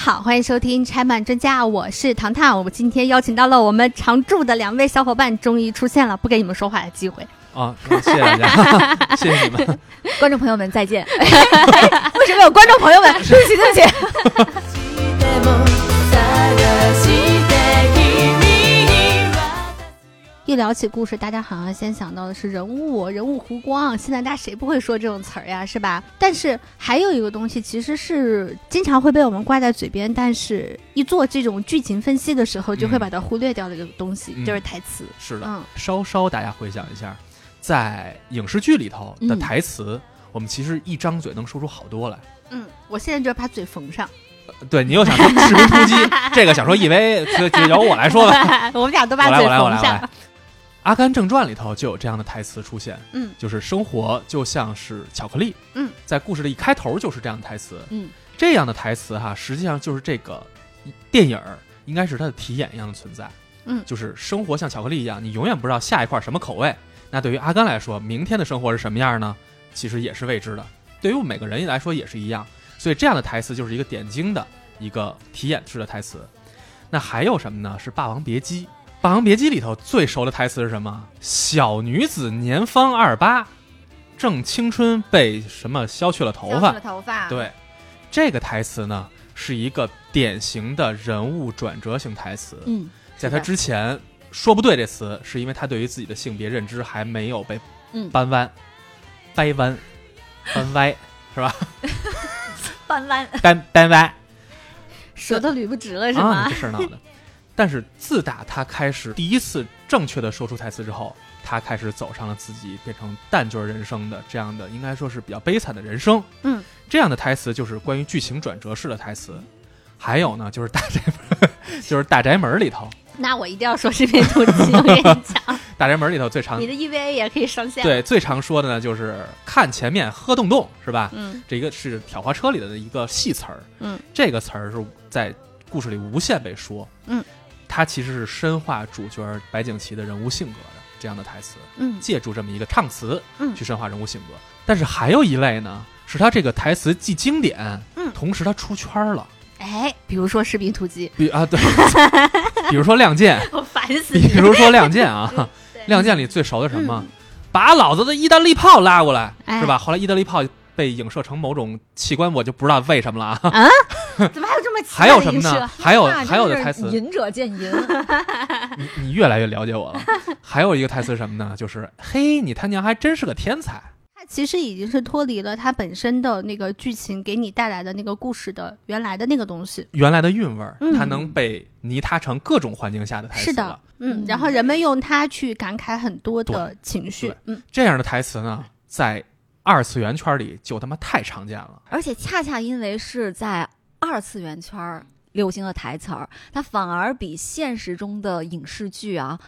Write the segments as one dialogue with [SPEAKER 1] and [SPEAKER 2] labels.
[SPEAKER 1] 好，欢迎收听拆漫专家，我是糖糖。我们今天邀请到了我们常驻的两位小伙伴，终于出现了，不给你们说话的机会。
[SPEAKER 2] 啊，谢谢大家，谢谢你们。
[SPEAKER 3] 观众朋友们 再见。哎为什么有观众朋友们？ 对不起，对不起。
[SPEAKER 1] 一聊起故事，大家好像先想到的是人物、人物弧光。现在大家谁不会说这种词儿呀，是吧？但是还有一个东西，其实是经常会被我们挂在嘴边，但是一做这种剧情分析的时候，就会
[SPEAKER 2] 嗯
[SPEAKER 1] 把它忽略掉的一个东西，
[SPEAKER 2] 嗯
[SPEAKER 1] 就是台词。
[SPEAKER 2] 是的，
[SPEAKER 1] 嗯，
[SPEAKER 2] 稍稍大家回想一下，在影视剧里头的台词，我们其实一张嘴能说出好多来。
[SPEAKER 1] 嗯，我现在就要把嘴缝上。
[SPEAKER 2] 对你又想说士兵突击，这个想说一为，就就由我来哎说吧。
[SPEAKER 1] 我们俩都把
[SPEAKER 2] 我来，
[SPEAKER 1] 嘴
[SPEAKER 2] 我来，我来，
[SPEAKER 1] 缝
[SPEAKER 2] 我来。
[SPEAKER 1] 上。
[SPEAKER 2] 《阿甘正传》里头就有这样的台词出现，
[SPEAKER 1] 嗯，
[SPEAKER 2] 就是生活就像是巧克力，
[SPEAKER 1] 嗯，
[SPEAKER 2] 在故事的一开头就是这样的台词，
[SPEAKER 3] 嗯，
[SPEAKER 2] 这样的台词哈，实际上就是这个电影儿应该是它的题眼一样的存在，
[SPEAKER 1] 嗯
[SPEAKER 2] 就是生活像巧克力一样，你永远不知道下一块什么口味。那对于阿甘来说，明天的生活是什么样呢？其实也是未知的，对于我们每个人来说也是一样。所以这样的台词就是一个点睛的一个题眼式的台词。那还有什么呢？是《霸王别姬》。《霸王别姬》里头最熟的台词是什么？小女子年方二八，正青春被什么削去了头发？
[SPEAKER 1] 头发，
[SPEAKER 2] 对，这个台词呢是一个典型的人物转折型台词。
[SPEAKER 3] 嗯
[SPEAKER 2] 在
[SPEAKER 1] 是
[SPEAKER 2] 他
[SPEAKER 1] 的
[SPEAKER 2] 之前说不对这词，是因为他对于自己的性别认知还没有被
[SPEAKER 3] 嗯，
[SPEAKER 2] 掰弯、掰弯、掰歪、
[SPEAKER 3] 弯弯。
[SPEAKER 2] 掰掰歪
[SPEAKER 1] 舌头捋不直了是
[SPEAKER 2] 啊！
[SPEAKER 1] 吗
[SPEAKER 2] 你？这事儿闹的。但是自打他开始第一次正确的说出台词之后，他开始走上了自己变成旦角人生的这样的，应该说是比较悲惨的人生。
[SPEAKER 1] 嗯，
[SPEAKER 2] 这样的台词就是关于剧情转折式的台词。还有呢，就是大宅门， 就是大宅门里头，
[SPEAKER 1] 那我一定要说这边突击，我跟你 讲，
[SPEAKER 2] 大宅门里头最常
[SPEAKER 1] 你的 EVA 也可以上线。，
[SPEAKER 2] 啊对最常说的呢，就是看前面喝洞洞，是吧？
[SPEAKER 1] 嗯
[SPEAKER 2] 这一个是挑花车里的一个戏词儿，
[SPEAKER 1] 嗯，
[SPEAKER 2] 这个词儿是在故事里无限被说，
[SPEAKER 1] 嗯，
[SPEAKER 2] 它其实是深化主角白景琦的人物性格的这样的台词，
[SPEAKER 1] 嗯
[SPEAKER 2] 借助这么一个唱词，
[SPEAKER 1] 嗯
[SPEAKER 2] 去深化人物性格。但是还有一类呢，是他这个台词既经典，
[SPEAKER 1] 嗯
[SPEAKER 2] 同时他出圈儿了，
[SPEAKER 1] 哎，比如说《士兵突击
[SPEAKER 2] 比啊对， 比如说《亮剑》，》，
[SPEAKER 1] 我烦死
[SPEAKER 2] 比
[SPEAKER 1] 你！
[SPEAKER 2] 如说《亮剑》啊，
[SPEAKER 1] 对嗯
[SPEAKER 2] 《亮剑》里最熟的什么？把老子的意大利炮拉过来，
[SPEAKER 1] 哎
[SPEAKER 2] 是吧？后来意大利炮被影射成某种器官，我就不知道为什么了啊。
[SPEAKER 1] 怎么还有这么奇怪
[SPEAKER 2] 还有什么
[SPEAKER 1] 的影
[SPEAKER 2] 呢？
[SPEAKER 1] 射？
[SPEAKER 2] 还有
[SPEAKER 3] 那
[SPEAKER 2] 还有的
[SPEAKER 3] 真是
[SPEAKER 2] 台词，
[SPEAKER 3] 仁者 见仁。
[SPEAKER 2] 你你越来越了解 我了。还有一个台词是什么呢？就是嘿，你他娘还真是个天才。
[SPEAKER 1] 它其实已经是脱离了它本身的那个剧情给你带来的那个故事的原来的那个东西。
[SPEAKER 2] 原来的韵味儿，
[SPEAKER 1] 嗯
[SPEAKER 2] 它能被泥他成各种环境下的台词
[SPEAKER 1] 是的
[SPEAKER 2] 了。，
[SPEAKER 1] 嗯，
[SPEAKER 3] 嗯
[SPEAKER 1] 然后人们用它去感慨很多的情绪
[SPEAKER 2] 对，
[SPEAKER 1] 嗯，
[SPEAKER 2] 这样的台词呢，在二次元圈里就他妈太常见了。
[SPEAKER 3] 而且恰恰因为是在二次元圈儿流行的台词儿，它反而比现实中的影视剧啊，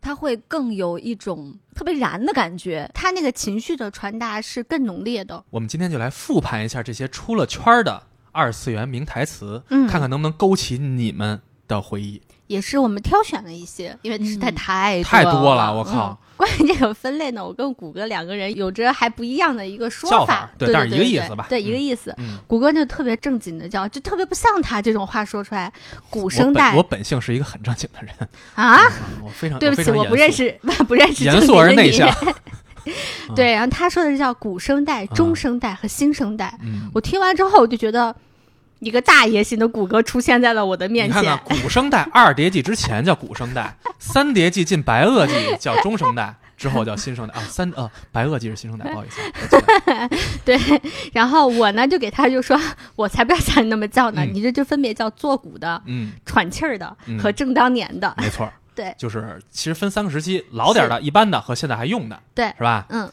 [SPEAKER 3] 它会更有一种特别燃的感觉。
[SPEAKER 1] 它那个情绪的传达是更浓烈的，
[SPEAKER 2] 我们今天就来复盘一下这些出了圈儿的二次元名台词，
[SPEAKER 1] 嗯
[SPEAKER 2] 看看能不能勾起你们的回忆。
[SPEAKER 1] 也是我们挑选了一些，因为实在
[SPEAKER 3] 嗯
[SPEAKER 1] 太
[SPEAKER 2] 太多了
[SPEAKER 1] 了，
[SPEAKER 2] 我
[SPEAKER 1] 嗯！
[SPEAKER 2] 靠
[SPEAKER 1] 关于这个分类呢，我跟谷歌两个人有着还不一样的一个 说
[SPEAKER 2] 叫
[SPEAKER 1] 法
[SPEAKER 2] 法，
[SPEAKER 1] 对对，
[SPEAKER 2] 对但是一个
[SPEAKER 1] 对
[SPEAKER 2] 意
[SPEAKER 1] 对
[SPEAKER 2] 思吧
[SPEAKER 1] 对，
[SPEAKER 2] 嗯
[SPEAKER 1] 一个意思。
[SPEAKER 2] 嗯，
[SPEAKER 1] 谷歌就特别正经的叫，就特别不像他这种话说出来，古
[SPEAKER 2] 我
[SPEAKER 1] 生代
[SPEAKER 2] 本我本性是一个很正经的人
[SPEAKER 1] 啊，，
[SPEAKER 2] 嗯我非常
[SPEAKER 1] 对不起，
[SPEAKER 2] 非常
[SPEAKER 1] 我
[SPEAKER 2] 严
[SPEAKER 1] 不认
[SPEAKER 2] 肃，
[SPEAKER 1] 识， 不认识
[SPEAKER 2] 严
[SPEAKER 1] 正
[SPEAKER 2] 肃
[SPEAKER 1] 经
[SPEAKER 2] 而
[SPEAKER 1] 的
[SPEAKER 2] 内
[SPEAKER 1] 你
[SPEAKER 2] 向。 嗯
[SPEAKER 1] 对，然后他说的是叫古生代、中
[SPEAKER 2] 啊
[SPEAKER 1] 生代和新生代。
[SPEAKER 2] 嗯，
[SPEAKER 1] 我听完之后，我就觉得一个大爷型的谷歌出现在了我的面
[SPEAKER 2] 你看看
[SPEAKER 1] 前。
[SPEAKER 2] 古生代二叠纪之前叫古生代，三叠纪进白垩纪叫中生代，之后叫新生代啊，三呃白垩纪是新生代，不好意思啊，我错了
[SPEAKER 1] 对，然后我呢就给他就说， 我才不要像你那么叫呢，
[SPEAKER 2] 嗯
[SPEAKER 1] 你这就分别叫坐骨的、
[SPEAKER 2] 嗯，
[SPEAKER 1] 喘气儿的
[SPEAKER 2] 嗯
[SPEAKER 1] 和正当年的。
[SPEAKER 2] 没错，
[SPEAKER 1] 对
[SPEAKER 2] 就是其实分三个时期，老点儿的、一般的和现在还用的，
[SPEAKER 1] 对
[SPEAKER 2] 是吧？
[SPEAKER 1] 嗯，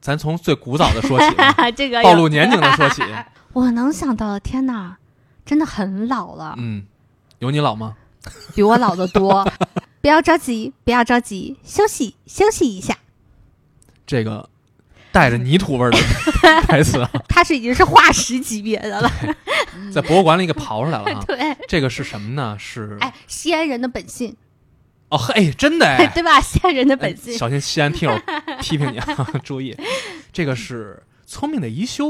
[SPEAKER 2] 咱从最古早的说起，
[SPEAKER 1] 这个
[SPEAKER 2] 嗯暴
[SPEAKER 1] 有
[SPEAKER 2] 露年龄的说起，
[SPEAKER 1] 我能想到的，天哪，真的很老了，
[SPEAKER 2] 嗯，有你老吗？
[SPEAKER 1] 比我老得 多。不要着急，不要着急，休息休息一下。
[SPEAKER 2] 这个带着泥土味 儿的台词啊，
[SPEAKER 1] 他是已经是化石级别的了。
[SPEAKER 2] 在博物馆里给刨出来了啊。
[SPEAKER 1] 对，
[SPEAKER 2] 这个是什么呢？是
[SPEAKER 1] 哎，西安人的本性，
[SPEAKER 2] 哦，嘿，真的哎，
[SPEAKER 1] 对吧？西安人的本
[SPEAKER 2] 哎
[SPEAKER 1] 性，
[SPEAKER 2] 小心西安听友批评你啊！注意，这个是《聪明的宜修》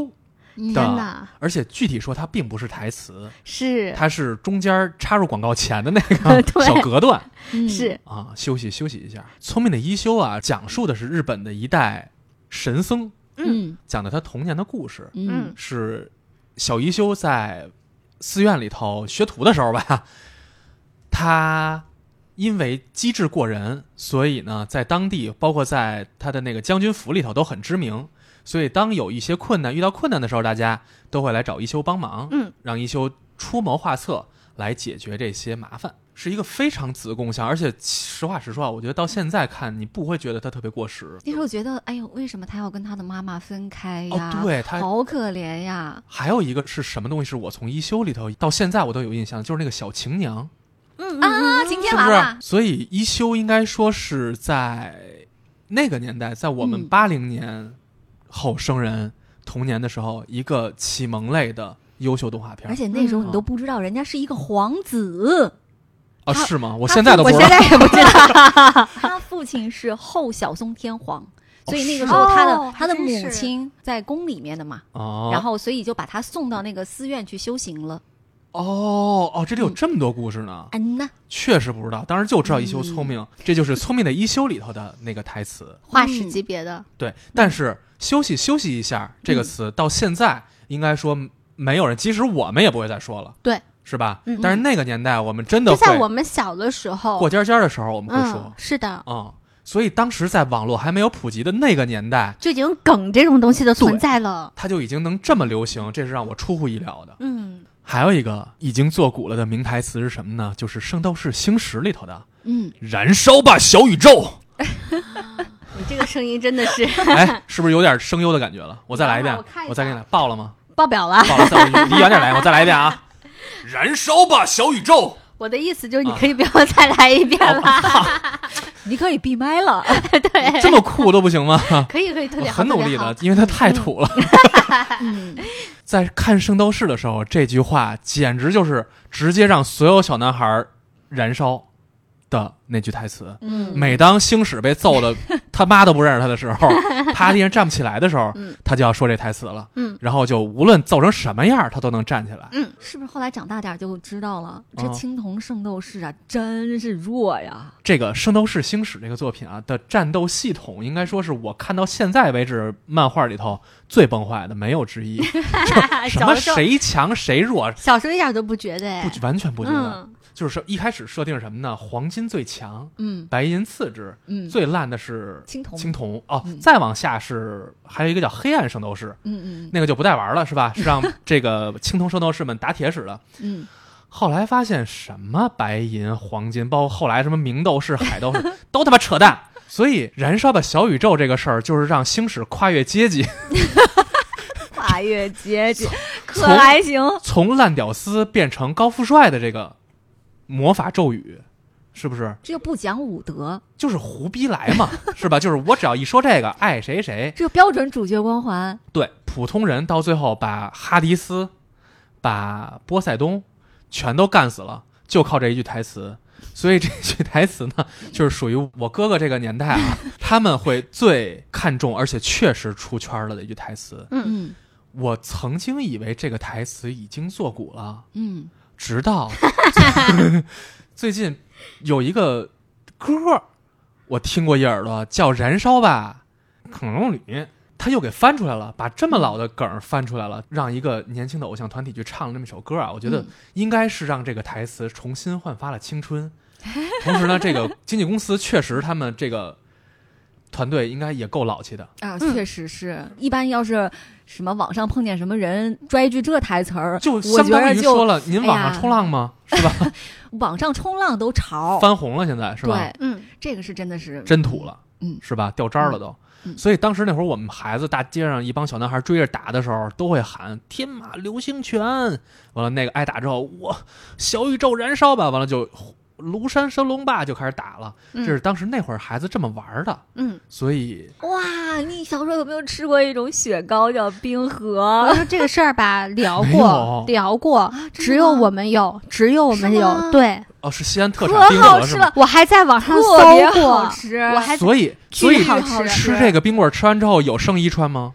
[SPEAKER 1] 天
[SPEAKER 2] 的
[SPEAKER 1] 哪，
[SPEAKER 2] 而且具体说，它并不是台词，
[SPEAKER 1] 是
[SPEAKER 2] 它是中间插入广告前的那 个
[SPEAKER 1] 对
[SPEAKER 2] 小隔断
[SPEAKER 3] 嗯
[SPEAKER 1] 是，
[SPEAKER 2] 啊。休息休息一下，聪明的一休啊，讲述的是日本的一代神僧，
[SPEAKER 3] 嗯
[SPEAKER 2] 讲的他童年的故事，
[SPEAKER 1] 嗯
[SPEAKER 3] 嗯，
[SPEAKER 2] 是小一休在寺院里头学徒的时候吧，他因为机智过人，所以呢，在当地包括在他的那个将军府里头都很知名。所以当有一些困难遇到困难的时候，大家都会来找一休帮忙，
[SPEAKER 1] 嗯，
[SPEAKER 2] 让一休出谋划策来解决这些麻烦。是一个非常子贡项，而且实话实说啊，我觉得到现在看，你不会觉得他特别过时。
[SPEAKER 3] 那时候觉得，哎呦，为什么他要跟他的妈妈分开
[SPEAKER 1] 哎
[SPEAKER 3] 呀？
[SPEAKER 2] 哦，对他
[SPEAKER 3] 好可怜呀。
[SPEAKER 2] 还有一个是什么东西？是我从一休里头到现在我都有印象，就是那个小晴娘，
[SPEAKER 1] 嗯
[SPEAKER 3] 啊晴天
[SPEAKER 2] 是
[SPEAKER 3] 娃
[SPEAKER 2] 不
[SPEAKER 3] 娃
[SPEAKER 2] 是？所以一休应该说是在那个年代，在我们
[SPEAKER 3] 嗯
[SPEAKER 2] 八零年后生人童年的时候，一个启蒙类的优秀动画片
[SPEAKER 3] 而且那时候
[SPEAKER 2] 嗯
[SPEAKER 3] 你都不知道人家是一个皇子，
[SPEAKER 2] 啊，
[SPEAKER 3] 他
[SPEAKER 2] 是吗？我
[SPEAKER 3] 他
[SPEAKER 2] 现在都
[SPEAKER 1] 我
[SPEAKER 2] 不知
[SPEAKER 1] 现
[SPEAKER 2] 道。
[SPEAKER 1] 在也不 知道，
[SPEAKER 3] 他父亲是后小松天皇，
[SPEAKER 2] 哦
[SPEAKER 3] 所以那个
[SPEAKER 2] 是
[SPEAKER 3] 时候他的
[SPEAKER 1] 哦
[SPEAKER 3] 他的
[SPEAKER 1] 还真是
[SPEAKER 3] 母亲在宫里面的嘛，然
[SPEAKER 2] 哦
[SPEAKER 3] 后所以就把他送到那个寺院去修行了。
[SPEAKER 2] 哦哦，这里有这么多故事呢，
[SPEAKER 3] 嗯呐，
[SPEAKER 2] 确实不知道。当时就知道一休聪
[SPEAKER 3] 嗯
[SPEAKER 2] 明，这就是《聪明的一休》里头的那个台词。
[SPEAKER 1] 化石级别的，
[SPEAKER 2] 对，但是休息休息一下这
[SPEAKER 1] 嗯
[SPEAKER 2] 个词，到现在应该说没有人，即使我们也不会再说了，
[SPEAKER 1] 对，
[SPEAKER 2] 是吧？
[SPEAKER 1] 嗯
[SPEAKER 2] 但是那个年代，我们真的
[SPEAKER 1] 就在我
[SPEAKER 2] 会
[SPEAKER 1] 们小的时候，
[SPEAKER 2] 过尖尖的时候，我们会说
[SPEAKER 1] 嗯，是的，
[SPEAKER 2] 啊、嗯所以当时在网络还没有普及的那个年代，
[SPEAKER 1] 就已经梗这种东西的存在了，
[SPEAKER 2] 它就已经能这么流行，这是让我出乎意料的。
[SPEAKER 1] 嗯
[SPEAKER 2] 还有一个已经做古了的名台词是什么呢？就是《圣斗士星矢》里头的
[SPEAKER 3] 嗯
[SPEAKER 2] “燃烧吧，小宇宙。
[SPEAKER 1] 你 这个声音真的是”
[SPEAKER 2] 哎，是不是有点声优的感觉了？我再来一遍，
[SPEAKER 1] 我看一下
[SPEAKER 2] 我再给你来爆了吗？
[SPEAKER 1] 爆表了。
[SPEAKER 2] 不好意思，我离远点来，我再来一遍啊！燃烧吧，小宇宙！
[SPEAKER 1] 我的意思就是，你
[SPEAKER 2] 啊
[SPEAKER 1] 可以不要再来一遍
[SPEAKER 2] 哦
[SPEAKER 1] 了。
[SPEAKER 3] 你可以闭麦了。
[SPEAKER 1] 对，
[SPEAKER 2] 这么酷都不行吗？
[SPEAKER 1] 可以可以，特
[SPEAKER 2] 我
[SPEAKER 1] 别好，
[SPEAKER 2] 很努力的，因为它太土了。
[SPEAKER 3] 嗯，
[SPEAKER 2] 在看《圣斗士》的时候，这句话简直就是直接让所有小男孩燃烧的那句台词。
[SPEAKER 1] 嗯
[SPEAKER 2] 每当星矢被揍的他妈都不认识他的时 候，趴地上站不起来的时候
[SPEAKER 1] 嗯，
[SPEAKER 2] 他就要说这台词了。
[SPEAKER 1] 嗯
[SPEAKER 2] 然后就无论揍成什么样，他都能站起来。
[SPEAKER 3] 是不是后来长大点儿就知道了？这
[SPEAKER 2] 哦
[SPEAKER 3] 青铜圣斗士啊，真是弱呀！
[SPEAKER 2] 这个《圣斗士星矢》这个作品啊的战斗系统，应该说是我看到现在为止漫画里头最崩坏的，没有之一。
[SPEAKER 1] 哈，
[SPEAKER 2] 什
[SPEAKER 1] 小
[SPEAKER 2] 么
[SPEAKER 1] 时候
[SPEAKER 2] 谁强谁弱，
[SPEAKER 1] 小时候一点都不觉得，哎
[SPEAKER 2] 不完全不觉得。
[SPEAKER 1] 嗯
[SPEAKER 2] 就是说一开始设定是什么呢？黄金最强，
[SPEAKER 3] 嗯
[SPEAKER 2] 白银次之，
[SPEAKER 3] 嗯
[SPEAKER 2] 最烂的是
[SPEAKER 3] 青铜
[SPEAKER 2] 青铜哦
[SPEAKER 3] 嗯。
[SPEAKER 2] 再往下是还有一个叫黑暗圣斗士，
[SPEAKER 3] 嗯嗯
[SPEAKER 2] 那个就不带玩了，是吧？是让这个青铜圣斗士们打铁使的。
[SPEAKER 3] 嗯，
[SPEAKER 2] 后来发现什么白银、黄金，包括后来什么明斗士、海斗士， 都他妈扯淡。所以燃烧吧小宇宙这个事儿，就是让星矢跨越阶级，
[SPEAKER 3] 跨越阶 级，可
[SPEAKER 2] 从
[SPEAKER 3] 还行？
[SPEAKER 2] 从烂屌丝变成高富帅的这个魔法咒语，是不是？
[SPEAKER 3] 这就不讲武德，
[SPEAKER 2] 就是胡逼来嘛，是吧？就是我只要一说这个，爱谁谁。
[SPEAKER 3] 这就标准主角光环。
[SPEAKER 2] 对，普通人到最后把哈迪斯、把波塞冬全都干死了，就靠这一句台词。所以这句台词呢，就是属于我哥哥这个年代啊，他们会最看重，而且确实出圈了的一句台词。
[SPEAKER 1] 嗯，
[SPEAKER 3] 嗯
[SPEAKER 2] 我曾经以为这个台词已经作古了，
[SPEAKER 3] 嗯
[SPEAKER 2] 直 到最近有一个歌儿，我听过一耳朵，叫《燃烧吧恐龙旅》，他又给翻出来了，把
[SPEAKER 3] 嗯
[SPEAKER 2] 这么老的梗儿翻出来了，让一个年轻的偶像团体去唱这么一首歌啊，我觉得
[SPEAKER 3] 嗯
[SPEAKER 2] 应该是让这个台词重新焕发了青春。同时呢，这 个经纪公司确实他们这个团队应该也够老气的，
[SPEAKER 3] 啊，
[SPEAKER 1] 嗯
[SPEAKER 3] 确实是一般要是什么网上碰见什么人拽一句这台词儿，
[SPEAKER 2] 就
[SPEAKER 3] 我
[SPEAKER 2] 相
[SPEAKER 3] 觉
[SPEAKER 2] 当
[SPEAKER 3] 得
[SPEAKER 2] 于说
[SPEAKER 3] 就
[SPEAKER 2] 了，您网
[SPEAKER 3] 哎
[SPEAKER 2] 上
[SPEAKER 3] 呀
[SPEAKER 2] 冲浪吗？是 吧？
[SPEAKER 3] 网上冲浪都潮。
[SPEAKER 2] 翻红了，现在是吧？
[SPEAKER 3] 对，
[SPEAKER 1] 嗯，
[SPEAKER 3] 这个是真的是
[SPEAKER 2] 真土了，
[SPEAKER 3] 嗯
[SPEAKER 2] 是吧？掉渣儿了都。
[SPEAKER 3] 嗯
[SPEAKER 2] 所以当时那会儿，我们孩子大街上一帮小男孩追着打的时候，都会喊“天马流星拳”。完了，那个挨打之后，我小宇宙燃烧吧！完了就庐山升龙霸就开始打了。这
[SPEAKER 1] 嗯
[SPEAKER 2] 是当时那会儿孩子这么玩儿的，
[SPEAKER 1] 嗯，
[SPEAKER 2] 所以
[SPEAKER 3] 哇！你小时候有没有吃过一种雪糕叫冰
[SPEAKER 1] 我说
[SPEAKER 3] 河？
[SPEAKER 1] 嗯这个事儿吧，聊
[SPEAKER 2] 没
[SPEAKER 1] 过
[SPEAKER 2] 有
[SPEAKER 1] 聊过
[SPEAKER 3] 真的，
[SPEAKER 1] 只有
[SPEAKER 3] 吗
[SPEAKER 1] 我们有，只有我们
[SPEAKER 3] 是
[SPEAKER 1] 有
[SPEAKER 3] 吗，
[SPEAKER 1] 对
[SPEAKER 2] 哦，是西安特
[SPEAKER 3] 可
[SPEAKER 2] 产冰
[SPEAKER 3] 好
[SPEAKER 2] 棍
[SPEAKER 3] 吃
[SPEAKER 2] 是
[SPEAKER 3] 了
[SPEAKER 2] 吗？
[SPEAKER 1] 我还在网上搜
[SPEAKER 3] 特别好
[SPEAKER 1] 过，
[SPEAKER 3] 吃，
[SPEAKER 1] 我还
[SPEAKER 2] 所以所以
[SPEAKER 1] 巨好吃
[SPEAKER 2] 吃这个冰棍儿吃完之后有圣衣穿吗？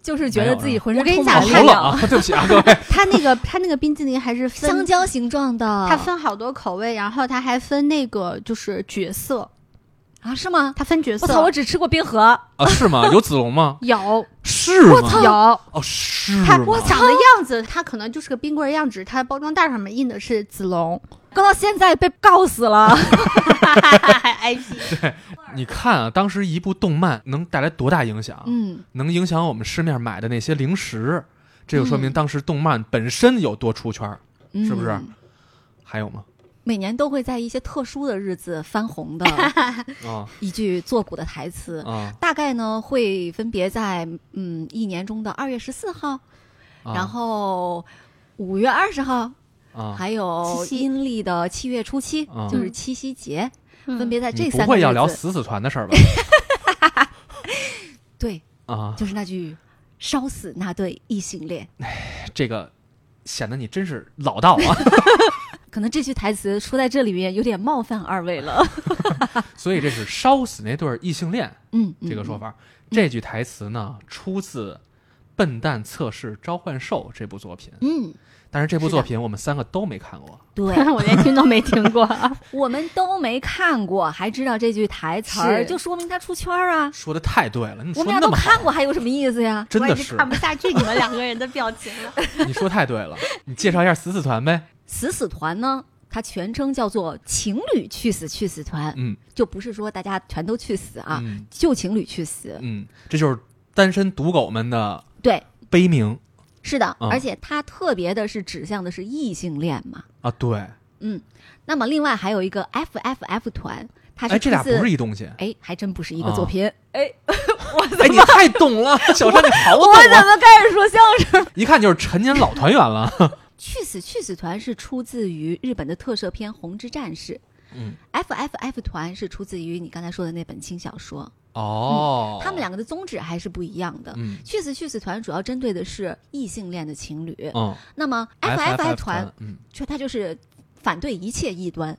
[SPEAKER 3] 就是觉得自己浑身
[SPEAKER 1] 我跟你
[SPEAKER 3] 充
[SPEAKER 1] 讲
[SPEAKER 2] 啊
[SPEAKER 3] 满
[SPEAKER 1] 太
[SPEAKER 2] 好
[SPEAKER 3] 力
[SPEAKER 2] 冷
[SPEAKER 3] 量，
[SPEAKER 2] 啊！对不起啊，各位，
[SPEAKER 1] 它那个它那个冰激凌还是分
[SPEAKER 3] 香蕉形状的，
[SPEAKER 1] 它分好多口味，然后它还分那个就是角色，
[SPEAKER 3] 啊是吗？
[SPEAKER 1] 它分角色。
[SPEAKER 3] 我操，我只吃过冰河，
[SPEAKER 2] 啊是吗？有子龙吗？
[SPEAKER 1] 有
[SPEAKER 2] 是吗？
[SPEAKER 1] 有，
[SPEAKER 2] 哦是
[SPEAKER 1] 它
[SPEAKER 2] 吗？
[SPEAKER 1] 长的样子，它可能就是个冰棍儿样子，它包装袋上面印的是子龙
[SPEAKER 3] 搁到现在被告死
[SPEAKER 1] 啊
[SPEAKER 3] 了。
[SPEAKER 1] ，IP。
[SPEAKER 2] 你看啊，当时一部动漫能带来多大影响？
[SPEAKER 3] 嗯，
[SPEAKER 2] 能影响我们市面买的那些零食，这就说明
[SPEAKER 3] 嗯
[SPEAKER 2] 当时动漫本身有多出圈儿。
[SPEAKER 3] 嗯
[SPEAKER 2] 是不是还有 吗？
[SPEAKER 3] 每年都会在一些特殊的日子翻 红的
[SPEAKER 2] 啊
[SPEAKER 3] 一句作古的台词？
[SPEAKER 2] 啊！
[SPEAKER 3] 大概呢会分别在嗯一年中的二月十四号，
[SPEAKER 2] 啊
[SPEAKER 3] 然后五月二十号，
[SPEAKER 2] 啊，
[SPEAKER 3] 还有
[SPEAKER 1] 七夕
[SPEAKER 3] 阴历的七月初七，
[SPEAKER 2] 啊嗯
[SPEAKER 3] 就是七夕节，分
[SPEAKER 1] 分别
[SPEAKER 3] 别在
[SPEAKER 2] 你
[SPEAKER 3] 这
[SPEAKER 2] 不
[SPEAKER 3] 三个
[SPEAKER 2] 会
[SPEAKER 3] 日
[SPEAKER 2] 要聊
[SPEAKER 3] 子。
[SPEAKER 2] 死死团的事儿 吧？
[SPEAKER 3] 对，
[SPEAKER 2] 啊，
[SPEAKER 3] 就是那句“烧死那对异性恋
[SPEAKER 2] 这个显得你真是老道 啊。”。
[SPEAKER 3] 可能这句台词说在这里面有点冒犯二 位了。
[SPEAKER 2] 所以这是烧死那对儿异性恋
[SPEAKER 3] 嗯，
[SPEAKER 2] 这个说
[SPEAKER 3] 法。
[SPEAKER 2] 法。这句台词呢，出自《笨蛋测试召唤兽》这部作品，
[SPEAKER 3] 嗯，
[SPEAKER 2] 但是这部
[SPEAKER 3] 是的
[SPEAKER 2] 作品我们三个都没看过。
[SPEAKER 3] 对，
[SPEAKER 1] 我连听都没听过。 啊
[SPEAKER 3] 我们都没看过，还知道这句台词儿，
[SPEAKER 1] 是
[SPEAKER 3] 就说明他出圈儿啊。
[SPEAKER 2] 说的太对了，你
[SPEAKER 3] 我
[SPEAKER 2] 说得
[SPEAKER 3] 们俩
[SPEAKER 2] 那
[SPEAKER 3] 都
[SPEAKER 2] 么好，
[SPEAKER 3] 看过，还有什么意思呀？
[SPEAKER 2] 真的
[SPEAKER 1] 我已经
[SPEAKER 2] 是
[SPEAKER 1] 看不下去你们两个人的表情 了。
[SPEAKER 2] 你说太对了。你介绍一下死死团呗？
[SPEAKER 3] 死死团呢，它全称叫做情侣去死去死团，
[SPEAKER 2] 嗯
[SPEAKER 3] 就不是说大家全都去死啊，
[SPEAKER 2] 嗯
[SPEAKER 3] 就情侣去死。
[SPEAKER 2] 嗯，这就是单身赌狗们的
[SPEAKER 3] 对，
[SPEAKER 2] 悲鸣
[SPEAKER 3] 是的，
[SPEAKER 2] 啊
[SPEAKER 3] 而且它特别的是指向的是异性恋嘛。
[SPEAKER 2] 啊！对，
[SPEAKER 3] 那么另外还有一个 F F F 团，它是
[SPEAKER 2] 哎，这俩
[SPEAKER 3] 出自
[SPEAKER 2] 不是一 东西。
[SPEAKER 3] 哎，还真不是一个
[SPEAKER 2] 啊
[SPEAKER 3] 作品。哎，
[SPEAKER 2] 哎，你太懂了，小山，你好懂
[SPEAKER 3] 我怎
[SPEAKER 2] 啊！
[SPEAKER 3] 么开始说相声？
[SPEAKER 2] 一看就是陈年老团员了。
[SPEAKER 3] 去死去死团是出自于日本的特摄片《红之战士》，
[SPEAKER 2] 嗯，
[SPEAKER 3] F F F 团是出自于你刚才说的那本轻小说，
[SPEAKER 2] 哦，
[SPEAKER 3] 嗯他们两个的宗旨还是不一样的。
[SPEAKER 2] 嗯，
[SPEAKER 3] 去死去死团主要针对的是异性恋的情侣，
[SPEAKER 2] 嗯
[SPEAKER 3] 那么 F
[SPEAKER 2] ，F
[SPEAKER 3] F
[SPEAKER 2] F 团
[SPEAKER 3] F 团，
[SPEAKER 2] 嗯，
[SPEAKER 3] 就它就是反对一切异端。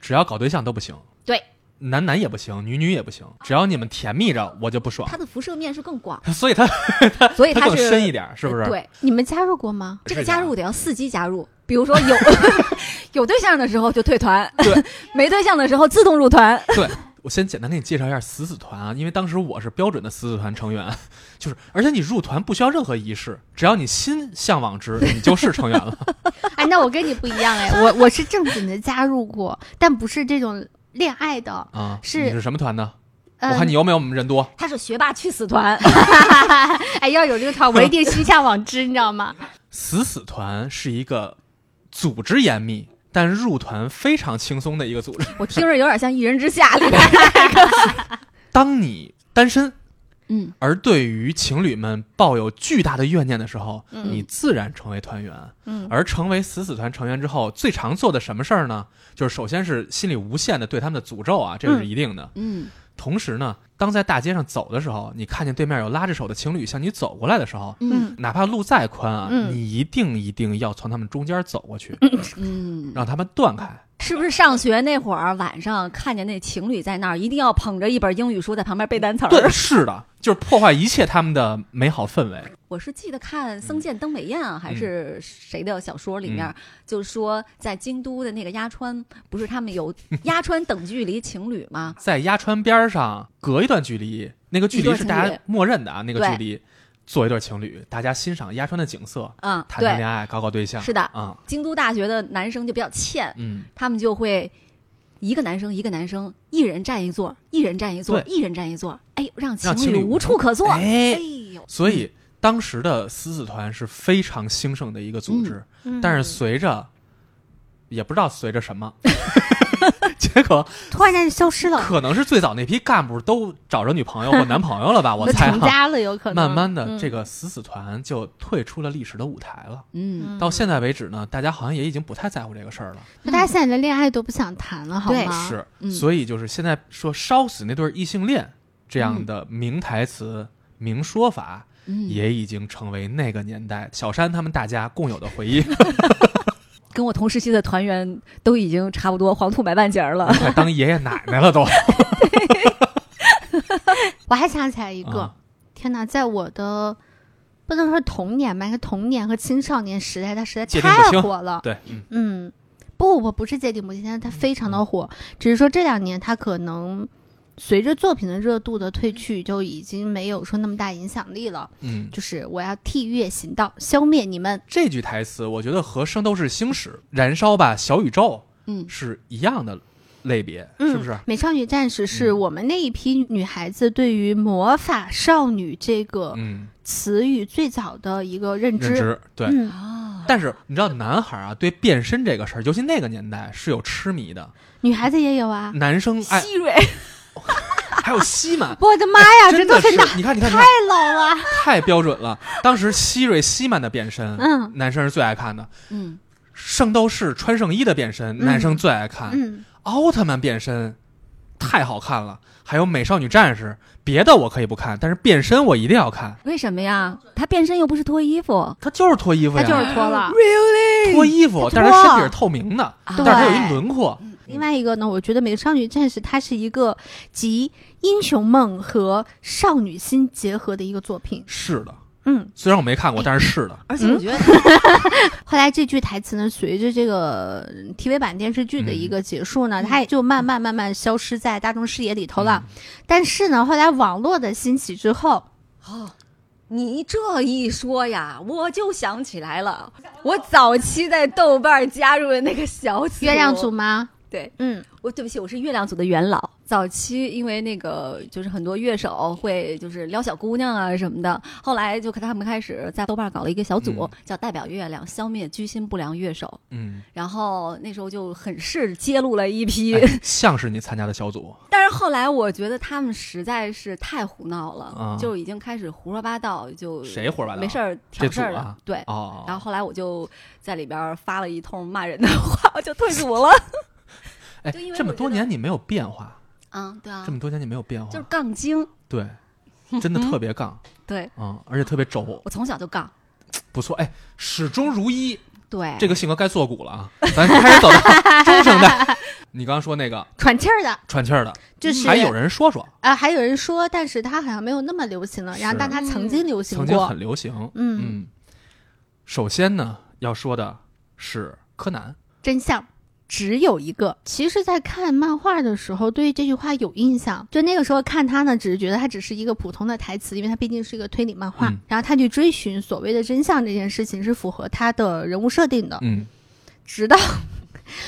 [SPEAKER 2] 只要搞对象都不行。
[SPEAKER 3] 对，啊
[SPEAKER 2] 男男也不行，女女也不行，只要你们甜蜜着，我就不爽
[SPEAKER 3] 它。的辐射面是更广，
[SPEAKER 2] 所以他
[SPEAKER 3] 所以
[SPEAKER 2] 他更
[SPEAKER 3] 是
[SPEAKER 2] 深一点，是不是？，
[SPEAKER 3] 对，
[SPEAKER 1] 你们加入过吗？
[SPEAKER 3] 这
[SPEAKER 2] 是
[SPEAKER 3] 个
[SPEAKER 2] 这样
[SPEAKER 3] 加入得要伺机加入，比如 说有有对象的时候就退团，
[SPEAKER 2] 对
[SPEAKER 3] 没对象的时候自动入团。
[SPEAKER 2] 我先简单给你介绍一下死死团啊，因为当时我是标准的死死团成员，就是而且你入团不需要任何仪式，只要你心向往之，你就是成员 了。
[SPEAKER 1] 哎，那我跟你不一样哎， 我我是正经的加入过，但不是这种恋爱的。
[SPEAKER 2] 啊，
[SPEAKER 1] 是
[SPEAKER 2] 你是什么团呢？我
[SPEAKER 1] 嗯
[SPEAKER 2] 看你有没有我们人多。
[SPEAKER 3] 他是学霸去 死团，
[SPEAKER 1] 哎，要有这个团，我一定心向往之，你知道吗？
[SPEAKER 2] 死死团是一个组织严密，但入团非常轻松的一个组织。
[SPEAKER 3] 我听着有点像一人之 下里面。
[SPEAKER 2] 当你单身，
[SPEAKER 3] 嗯，
[SPEAKER 2] 而对于情侣们抱有巨大的怨念的时候，
[SPEAKER 1] 嗯
[SPEAKER 2] 你自然成为团员。
[SPEAKER 1] 嗯
[SPEAKER 2] 而成为死死团成员之后，最常做的什么事儿呢？就是首先是心里无限的对他们的诅咒啊，这个是一定的。
[SPEAKER 3] 嗯，
[SPEAKER 2] 同时呢，当在大街上走的时候，你看见对面有拉着手的情侣向你走过来的时候，
[SPEAKER 3] 嗯
[SPEAKER 2] 哪怕路再宽啊，
[SPEAKER 1] 嗯
[SPEAKER 2] 你一定一定要从他们中间走过去，
[SPEAKER 3] 嗯，
[SPEAKER 2] 让他们断开。
[SPEAKER 3] 是不是上学那会儿晚上看见那情侣在那儿，一定要捧着一本英语书在旁边背单词
[SPEAKER 2] 对，
[SPEAKER 3] 儿？
[SPEAKER 2] 是的，就是破坏一切他们的美好氛围。
[SPEAKER 3] 我是记得看《僧剑登美彦》啊，还是谁的小说里面，
[SPEAKER 2] 嗯
[SPEAKER 3] 就说在京都的那个鸭川，不是他们有鸭川等距离情侣吗？
[SPEAKER 2] 在鸭川边上隔一段距离，那个距离是大家默认的啊，那个距离做一对情侣，大家欣赏鸭川的景色，
[SPEAKER 3] 嗯，
[SPEAKER 2] 谈谈
[SPEAKER 3] 对，
[SPEAKER 2] 恋爱，搞搞对象。
[SPEAKER 3] 是的
[SPEAKER 2] 啊，
[SPEAKER 3] 京都大学的男生就比较欠，
[SPEAKER 2] 嗯，
[SPEAKER 3] 他们就会一个男生一个男生，一人占一座，一人占一座，
[SPEAKER 2] 对
[SPEAKER 3] 一人占一座，哎，让
[SPEAKER 2] 让情侣
[SPEAKER 3] 侣无处可坐。哎
[SPEAKER 2] 哎，
[SPEAKER 3] 呦，
[SPEAKER 2] 所以当时的狮子团是非常兴盛的一个组织，
[SPEAKER 1] 嗯
[SPEAKER 2] 但
[SPEAKER 3] 嗯
[SPEAKER 2] 是随着也不知道随着什么， 结果
[SPEAKER 1] 突然间就消失
[SPEAKER 3] 嗯
[SPEAKER 1] 了，
[SPEAKER 2] 可能是最早那批干部都找着女朋友或男朋友 了吧，我
[SPEAKER 1] 都
[SPEAKER 2] 猜
[SPEAKER 1] 成
[SPEAKER 2] 哈。
[SPEAKER 1] 家了，有可能。嗯
[SPEAKER 2] 慢慢的，这
[SPEAKER 1] 个
[SPEAKER 2] 个死死团就退出了历史的舞台了。
[SPEAKER 3] 嗯，
[SPEAKER 2] 到现在为止呢，大家好像也已经不太在乎这个事儿了。
[SPEAKER 1] 大家现在连恋爱都不想谈了，好
[SPEAKER 3] 对
[SPEAKER 1] 吗？
[SPEAKER 2] 是，
[SPEAKER 3] 嗯
[SPEAKER 2] 所以就是现在说烧死那对异性恋这
[SPEAKER 1] 嗯
[SPEAKER 2] 样的名台词、名说法，
[SPEAKER 3] 嗯
[SPEAKER 2] 也已经成为那个年代小山他们大家共有的回忆。
[SPEAKER 3] 跟我同时期的团员都已经差不多黄土埋半截儿了。
[SPEAKER 2] 快当爷爷奶奶了都。
[SPEAKER 1] 我还想起来一个、
[SPEAKER 2] 啊
[SPEAKER 1] 天哪，在我的不能说童年吧，应该童年和青少年时代，它实在
[SPEAKER 2] 界定不
[SPEAKER 1] 太
[SPEAKER 2] 清
[SPEAKER 1] 火了。
[SPEAKER 2] 对，嗯，
[SPEAKER 1] 嗯，不，我不是界定不清，但它非常的火，只是说这两年它可能随着作品的热度的退去，就已经没有说那么大影响力了。
[SPEAKER 2] 嗯，
[SPEAKER 1] 就是我要替月行道，消灭你们。
[SPEAKER 2] 这句台词我觉得和《圣斗士星矢》《燃烧吧小宇宙
[SPEAKER 3] 嗯》，
[SPEAKER 2] 是一样的类别，
[SPEAKER 1] 嗯、
[SPEAKER 2] 是不是？
[SPEAKER 1] 美少女战士是
[SPEAKER 2] 嗯
[SPEAKER 1] 我们那一批女孩子对于魔法少女这个
[SPEAKER 2] 嗯，
[SPEAKER 1] 词语最早的一个认知。
[SPEAKER 2] 认知对。
[SPEAKER 1] 嗯，
[SPEAKER 3] 啊，
[SPEAKER 2] 但是你知道，男孩啊对变身这个事儿，尤其那个年代是有痴迷的，
[SPEAKER 1] 女孩子也有啊。。
[SPEAKER 2] 男生爱
[SPEAKER 3] 希瑞，
[SPEAKER 2] 还有西满
[SPEAKER 1] 我 的妈呀，这
[SPEAKER 2] 真
[SPEAKER 1] 都
[SPEAKER 2] 的
[SPEAKER 1] 是
[SPEAKER 2] 是
[SPEAKER 1] 哪，
[SPEAKER 2] 你看，你看，
[SPEAKER 1] 太
[SPEAKER 2] 你看，
[SPEAKER 1] 老了。
[SPEAKER 2] 太标准了。当时希瑞西满的变身，
[SPEAKER 1] 嗯
[SPEAKER 2] 男生是最爱看的；
[SPEAKER 3] 嗯，
[SPEAKER 2] 圣斗士穿圣衣的变身，
[SPEAKER 1] 嗯
[SPEAKER 2] 男生最爱看；
[SPEAKER 1] 嗯，
[SPEAKER 2] 奥特曼变身太好看了，还有美少女战士。别的我可以不看，但是变身我一定要看。
[SPEAKER 3] 为什么呀？他变身又不是脱衣服
[SPEAKER 2] 他就是脱衣服
[SPEAKER 1] 她
[SPEAKER 2] 呀，
[SPEAKER 1] 就是脱
[SPEAKER 2] 嗯
[SPEAKER 1] 了。
[SPEAKER 2] 脱衣服，
[SPEAKER 1] 他脱啊
[SPEAKER 2] 但是他身体是透明的，
[SPEAKER 1] 对
[SPEAKER 2] 但是他有一轮廓。
[SPEAKER 1] 另外一个呢，我觉得《美少女战士》它是一个集英雄梦和少女心结合的一个作品。
[SPEAKER 2] 是的，
[SPEAKER 1] 嗯，哎
[SPEAKER 2] 虽然我没看过，但是是的。
[SPEAKER 3] 而
[SPEAKER 1] 且我
[SPEAKER 3] 觉得，
[SPEAKER 1] 后来这句台词呢，随着这个嗯 TV 版电视剧的
[SPEAKER 2] 嗯
[SPEAKER 1] 一个结束呢，它也就慢慢慢慢消失在大众视野里头了。
[SPEAKER 2] 嗯
[SPEAKER 1] 但是呢，后来网络的兴起之后，
[SPEAKER 3] 哦，你这一说呀，我就想起来了，我早期在豆瓣加入的那个小组，
[SPEAKER 1] 月亮组，吗？
[SPEAKER 3] 对，
[SPEAKER 1] 嗯
[SPEAKER 3] 我对不起，我是月亮组的元老。早期因为那个就是很多乐手会就是撩小姑娘啊什么的，后来就和他们开始在豆瓣搞了一个小组，
[SPEAKER 2] 嗯
[SPEAKER 3] 叫“代表月亮消灭居心不良乐手
[SPEAKER 2] 嗯”。，
[SPEAKER 3] 然后那时候就很是揭露了一 批，
[SPEAKER 2] 哎像是你参加的小组，
[SPEAKER 3] 但是后来我觉得他们实在是太胡闹了，
[SPEAKER 2] 啊
[SPEAKER 3] 就已经开始胡说八道，
[SPEAKER 1] 哎
[SPEAKER 3] 就
[SPEAKER 2] 谁胡说八道
[SPEAKER 3] 没事儿挑事儿
[SPEAKER 2] 这
[SPEAKER 3] 了，
[SPEAKER 2] 组啊
[SPEAKER 3] 对。
[SPEAKER 2] 哦，
[SPEAKER 3] 然后后来我就在里边儿发了一通骂人的话，我就退组了。
[SPEAKER 2] 哎，
[SPEAKER 3] 就因为
[SPEAKER 2] 这么
[SPEAKER 3] 我觉
[SPEAKER 2] 多
[SPEAKER 3] 得
[SPEAKER 2] 年你没有变化，
[SPEAKER 3] 啊，对啊
[SPEAKER 2] 这，么多年你没有变化，
[SPEAKER 3] 就是杠精，
[SPEAKER 2] 对，真的特别杠
[SPEAKER 3] 对
[SPEAKER 2] 嗯，而且特别轴，
[SPEAKER 3] 我从小就杠。
[SPEAKER 2] 不错，哎，始终如一，
[SPEAKER 3] 对，
[SPEAKER 2] 这个性格该做骨了啊，咱开始走到中生代。你刚刚说那个
[SPEAKER 1] 喘气儿的，
[SPEAKER 2] 喘气儿的，
[SPEAKER 1] 就是
[SPEAKER 2] 嗯还有人说说，
[SPEAKER 1] 啊，还有人说，但是它好像没有那么流行了。然后，
[SPEAKER 2] 是
[SPEAKER 1] 但它曾经流行
[SPEAKER 2] 曾经
[SPEAKER 1] 过。
[SPEAKER 2] 很流行。
[SPEAKER 1] 嗯，
[SPEAKER 2] 嗯，首先呢，要说的是柯南，
[SPEAKER 1] 真相只有一个。其实，在看漫画的时候，对于这句话有印象。就那个时候看它呢，只是觉得它只是一个普通的台词，因为它毕竟是一个推理漫画。
[SPEAKER 2] 嗯
[SPEAKER 1] 然后，他去追寻所谓的真相这件事情是符合他的人物设定的。
[SPEAKER 2] 嗯
[SPEAKER 1] 直到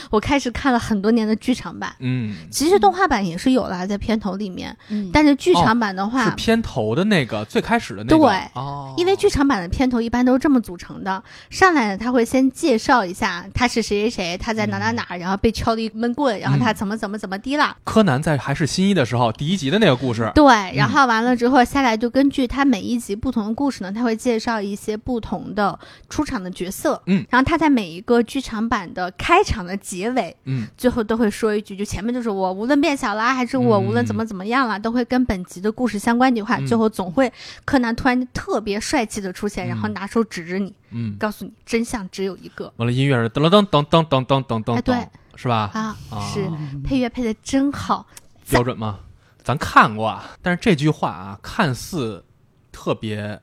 [SPEAKER 1] 我开始看了很多年的剧场版，
[SPEAKER 2] 嗯，
[SPEAKER 1] 其实动画版也是有啦，在片头里面，
[SPEAKER 3] 嗯
[SPEAKER 1] 但是剧场版的话。
[SPEAKER 2] 哦是片头的那个最开始的那个，
[SPEAKER 1] 对
[SPEAKER 2] 哦，
[SPEAKER 1] 因为剧场版的片头一般都是这么组成的，上来呢他会先介绍一下他是谁谁谁，他在哪
[SPEAKER 2] 嗯
[SPEAKER 1] 哪哪，然后被敲了一闷棍，然后他怎么怎么怎么地了。
[SPEAKER 2] 柯南在还是新一的时候，第一集的那个故事，
[SPEAKER 1] 对，然后完了之后下来就根据他每一集不同的故事呢，他会介绍一些不同的出场的角色。
[SPEAKER 2] 嗯，
[SPEAKER 1] 然后他在每一个剧场版的开场的结尾，
[SPEAKER 2] 嗯
[SPEAKER 1] 最后都会说一句，就前面就是我无论变小啦，还是我
[SPEAKER 2] 嗯
[SPEAKER 1] 无论怎么怎么样啦，都会跟本集的故事相关的话，
[SPEAKER 2] 嗯
[SPEAKER 1] 最后总会柯南突然特别帅气的出现，然后
[SPEAKER 2] 嗯
[SPEAKER 1] 拿手指着你，
[SPEAKER 2] 嗯，
[SPEAKER 1] 告诉你真相只有一个
[SPEAKER 2] 完了音乐是噔噔噔噔噔噔噔噔
[SPEAKER 1] 哎对
[SPEAKER 2] 噔，是吧？
[SPEAKER 1] 啊！
[SPEAKER 2] 啊
[SPEAKER 1] 是配乐配的真好，
[SPEAKER 2] 标准吗？咱看过，啊，但是这句话啊，看似特别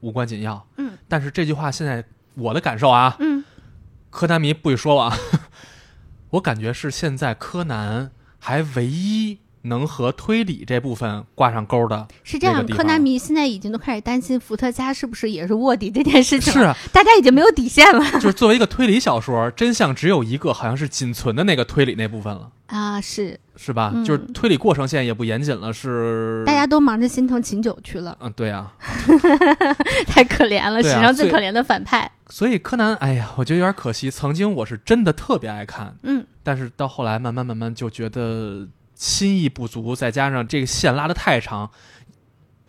[SPEAKER 2] 无关紧要，
[SPEAKER 1] 嗯，
[SPEAKER 2] 但是这句话现在我的感受啊，
[SPEAKER 1] 嗯，
[SPEAKER 2] 柯南迷不许说我啊， 我感觉是现在柯南还唯一能和推理这部分挂上钩的，
[SPEAKER 1] 是这
[SPEAKER 2] 那个
[SPEAKER 1] 样。
[SPEAKER 2] 地
[SPEAKER 1] 柯南
[SPEAKER 2] 方
[SPEAKER 1] 迷现在已经都开始担心伏特加是不是也是卧底这件事情
[SPEAKER 2] 是
[SPEAKER 1] 了，
[SPEAKER 2] 啊，
[SPEAKER 1] 大家已经没有底线了
[SPEAKER 2] 就是作为一个推理小说，真相只有一个，好像是仅存的那个推理那部分了。
[SPEAKER 1] 啊！是，
[SPEAKER 2] 是吧？
[SPEAKER 1] 嗯
[SPEAKER 2] 就是推理过程现在也不严谨了，是
[SPEAKER 1] 大家都忙着心疼秦九去了，
[SPEAKER 2] 嗯，对啊，
[SPEAKER 1] 太可怜了，史
[SPEAKER 2] 对啊
[SPEAKER 1] 上最
[SPEAKER 2] 最
[SPEAKER 1] 可怜的反派。
[SPEAKER 2] 所以柯南，哎呀，我觉得有点可惜。曾经我是真的特别爱看，
[SPEAKER 1] 嗯，
[SPEAKER 2] 但是到后来慢慢慢慢就觉得心意不足，再加上这个线拉得太长，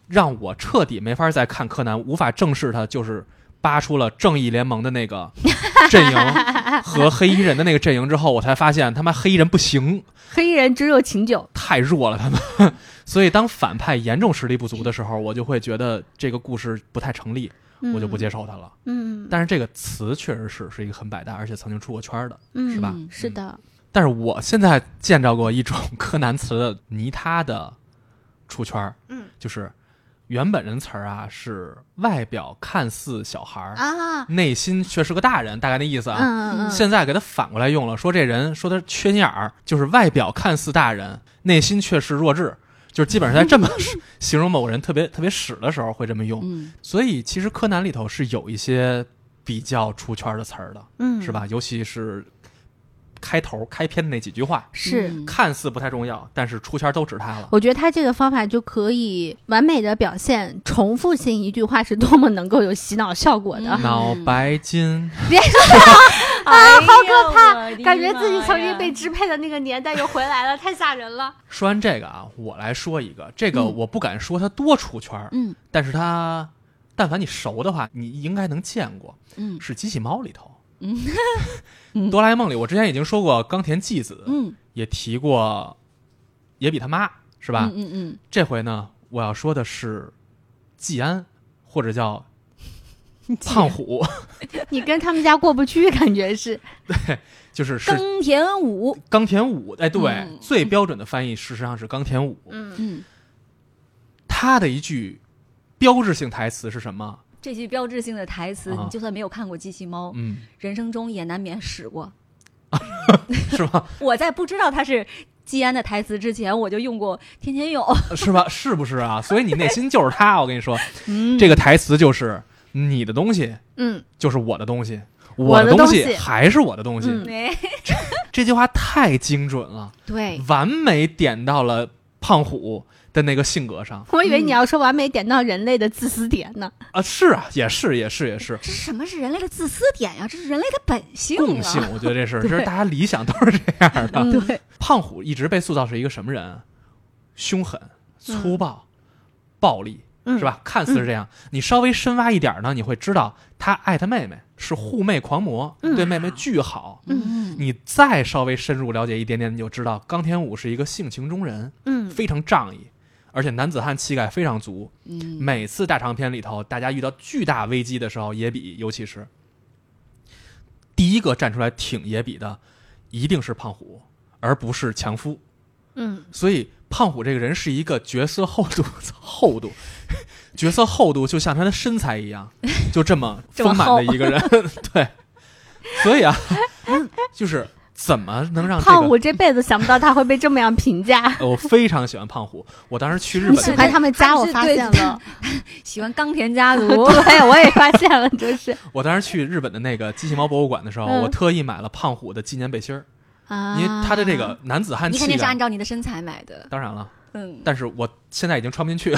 [SPEAKER 2] 让我彻底没法再看柯南，无法正视他，就是扒出了正义联盟的那个阵营和黑衣人的那个阵营之后，我才发现他妈黑衣人不行，
[SPEAKER 1] 黑衣人只有秦九，
[SPEAKER 2] 太弱了他们。所以当反派严重实力不足的时候，我就会觉得这个故事不太成立，我就不接受他了。
[SPEAKER 1] 嗯。嗯，
[SPEAKER 2] 但是这个词确实是是一个很百搭，而且曾经出过圈儿的。
[SPEAKER 1] 嗯
[SPEAKER 2] 是吧
[SPEAKER 3] 嗯
[SPEAKER 1] 是的，
[SPEAKER 2] 但是我现在见 着过一种柯南词的泥他的出圈儿，
[SPEAKER 1] 嗯，
[SPEAKER 2] 就是原本人词儿啊是外表看似小孩儿，
[SPEAKER 1] 啊，
[SPEAKER 2] 内心却是个大人，大概那意思
[SPEAKER 1] 嗯
[SPEAKER 2] 啊。
[SPEAKER 1] 嗯嗯，
[SPEAKER 2] 现在给他反过来用了，说这人说他缺心眼儿，就是外表看似大人，内心却是弱智，就是基本上在这么 形容某个人特别特别屎的时候会这么用。
[SPEAKER 3] 嗯，
[SPEAKER 2] 所以其实柯南里头是有一些比较出圈的词儿的，
[SPEAKER 1] 嗯
[SPEAKER 2] 是？吧？尤其是开头开篇的那几句话，
[SPEAKER 1] 是。
[SPEAKER 3] 嗯
[SPEAKER 2] 看似不太重要，但是出圈都指他了。
[SPEAKER 1] 我觉得他这个方法就可以完美的表现重复性一句话是多么能够有洗脑效果的，
[SPEAKER 3] 嗯
[SPEAKER 2] 脑白金，
[SPEAKER 3] 啊，好
[SPEAKER 1] 可怕感
[SPEAKER 3] 感
[SPEAKER 1] 觉
[SPEAKER 3] 觉
[SPEAKER 1] 自
[SPEAKER 3] 自
[SPEAKER 1] 己
[SPEAKER 3] 己
[SPEAKER 1] 曾
[SPEAKER 3] 曾
[SPEAKER 1] 经
[SPEAKER 3] 经
[SPEAKER 1] 被
[SPEAKER 3] 被
[SPEAKER 1] 支配的那个年代又回来了，太吓人了。
[SPEAKER 2] 说完这个啊，我来说一个，这个
[SPEAKER 3] 嗯
[SPEAKER 2] 我不敢说它多出圈儿，
[SPEAKER 3] 嗯
[SPEAKER 2] 但是它但凡你熟的话，你应该能见过，
[SPEAKER 3] 嗯
[SPEAKER 2] 是机器猫里头。
[SPEAKER 3] 嗯
[SPEAKER 2] 哆啦 A 梦里，我之前已经说过冈田纪子，
[SPEAKER 3] 嗯，
[SPEAKER 2] 也提过也比他妈，是
[SPEAKER 3] 是
[SPEAKER 2] 吧？
[SPEAKER 3] 嗯嗯
[SPEAKER 2] 这回呢，我要说的是季安，或者叫
[SPEAKER 3] 嗯，
[SPEAKER 2] 胖虎，
[SPEAKER 1] 你跟他们家过不去，感觉是
[SPEAKER 2] 就是是
[SPEAKER 3] 耕田舞，
[SPEAKER 2] 冈田武。哎，对，
[SPEAKER 3] 嗯
[SPEAKER 2] 最标准的翻译事实上是冈田武。
[SPEAKER 1] 嗯，
[SPEAKER 3] 嗯，
[SPEAKER 2] 他的一句标志性台词是什么？
[SPEAKER 3] 这句标志性的台词，
[SPEAKER 2] 啊
[SPEAKER 3] 你就算没有看过《机器
[SPEAKER 1] 哦
[SPEAKER 3] 猫》，
[SPEAKER 2] 嗯，
[SPEAKER 3] 人生中也难免使过。
[SPEAKER 2] 是吧？
[SPEAKER 3] 我在不知道它是季安的台词之前，我就用过“天天有
[SPEAKER 2] 呃是吧？是不是啊？所以你内心就是他。我跟你说，
[SPEAKER 1] 嗯
[SPEAKER 2] 这个台词就是你的东西
[SPEAKER 1] 嗯
[SPEAKER 2] 就是我的东西，
[SPEAKER 1] 我
[SPEAKER 2] 我
[SPEAKER 1] 的
[SPEAKER 2] 的东
[SPEAKER 1] 东西
[SPEAKER 2] 西还是我的东西。
[SPEAKER 1] 嗯”，
[SPEAKER 3] 哎，
[SPEAKER 2] 这句话太精准了，
[SPEAKER 3] 对，
[SPEAKER 2] 完美点到了胖虎的那个性格上
[SPEAKER 1] 我以为你要说完美点到人类的自私点呢。
[SPEAKER 2] 啊！是啊，也是，也是，也是。
[SPEAKER 3] 这是什么是人类的自私点呀？这是人类的本性
[SPEAKER 2] 共性
[SPEAKER 3] 啊！，
[SPEAKER 2] 我觉得 这是，
[SPEAKER 3] 对
[SPEAKER 2] 就是大家理想都是这样的。
[SPEAKER 1] 嗯
[SPEAKER 3] 对，
[SPEAKER 2] 胖虎一直被塑造是一个什么人？啊凶狠、粗暴、暴力，
[SPEAKER 1] 嗯
[SPEAKER 2] 是吧？看似是这样，你稍微深挖一点呢，你会知道他爱他妹妹，是护妹狂魔，
[SPEAKER 1] 嗯
[SPEAKER 2] 对妹妹巨好。
[SPEAKER 3] 嗯
[SPEAKER 2] 你再稍微深入了解一点点，你就知道冈田武是一个性情中人，
[SPEAKER 1] 嗯
[SPEAKER 2] 非常仗义，而且男子汉气概非常足。
[SPEAKER 3] 嗯
[SPEAKER 2] 每次大长篇里头，大家遇到巨大危机的时候，野比尤其是第一个站出来挺野比的，一定是胖虎，而不是强夫。
[SPEAKER 1] 嗯
[SPEAKER 2] 所以胖虎这个人是一个角色厚度 厚度，角色厚度就像他的身材一 样，就这么
[SPEAKER 3] 这么
[SPEAKER 2] 丰
[SPEAKER 3] 厚
[SPEAKER 2] 满的一个人。 对，所以啊， 就是怎么能让这
[SPEAKER 1] 胖
[SPEAKER 2] 个
[SPEAKER 1] 虎这辈子想不到他会被这么样评 价。
[SPEAKER 2] 呃我非常喜欢胖虎，我当时去日
[SPEAKER 1] 你
[SPEAKER 2] 本
[SPEAKER 1] 喜
[SPEAKER 2] 的
[SPEAKER 1] 欢
[SPEAKER 2] 时
[SPEAKER 1] 他们家，我发现了，
[SPEAKER 3] 喜欢冈田家 族，
[SPEAKER 1] 对，我也发现了， 就是
[SPEAKER 2] 候，我当时去日本的那个机器猫博物馆的时候，
[SPEAKER 1] 嗯
[SPEAKER 2] 我特意买了胖虎的纪念背心儿，
[SPEAKER 1] 啊
[SPEAKER 2] 因为他的这个男子汉
[SPEAKER 3] 啊你
[SPEAKER 2] 气
[SPEAKER 3] 肯定是
[SPEAKER 2] 概
[SPEAKER 3] 按。照你的身材买的。
[SPEAKER 2] 当然了，
[SPEAKER 3] 嗯，
[SPEAKER 2] 但是我现在已经穿不进 去。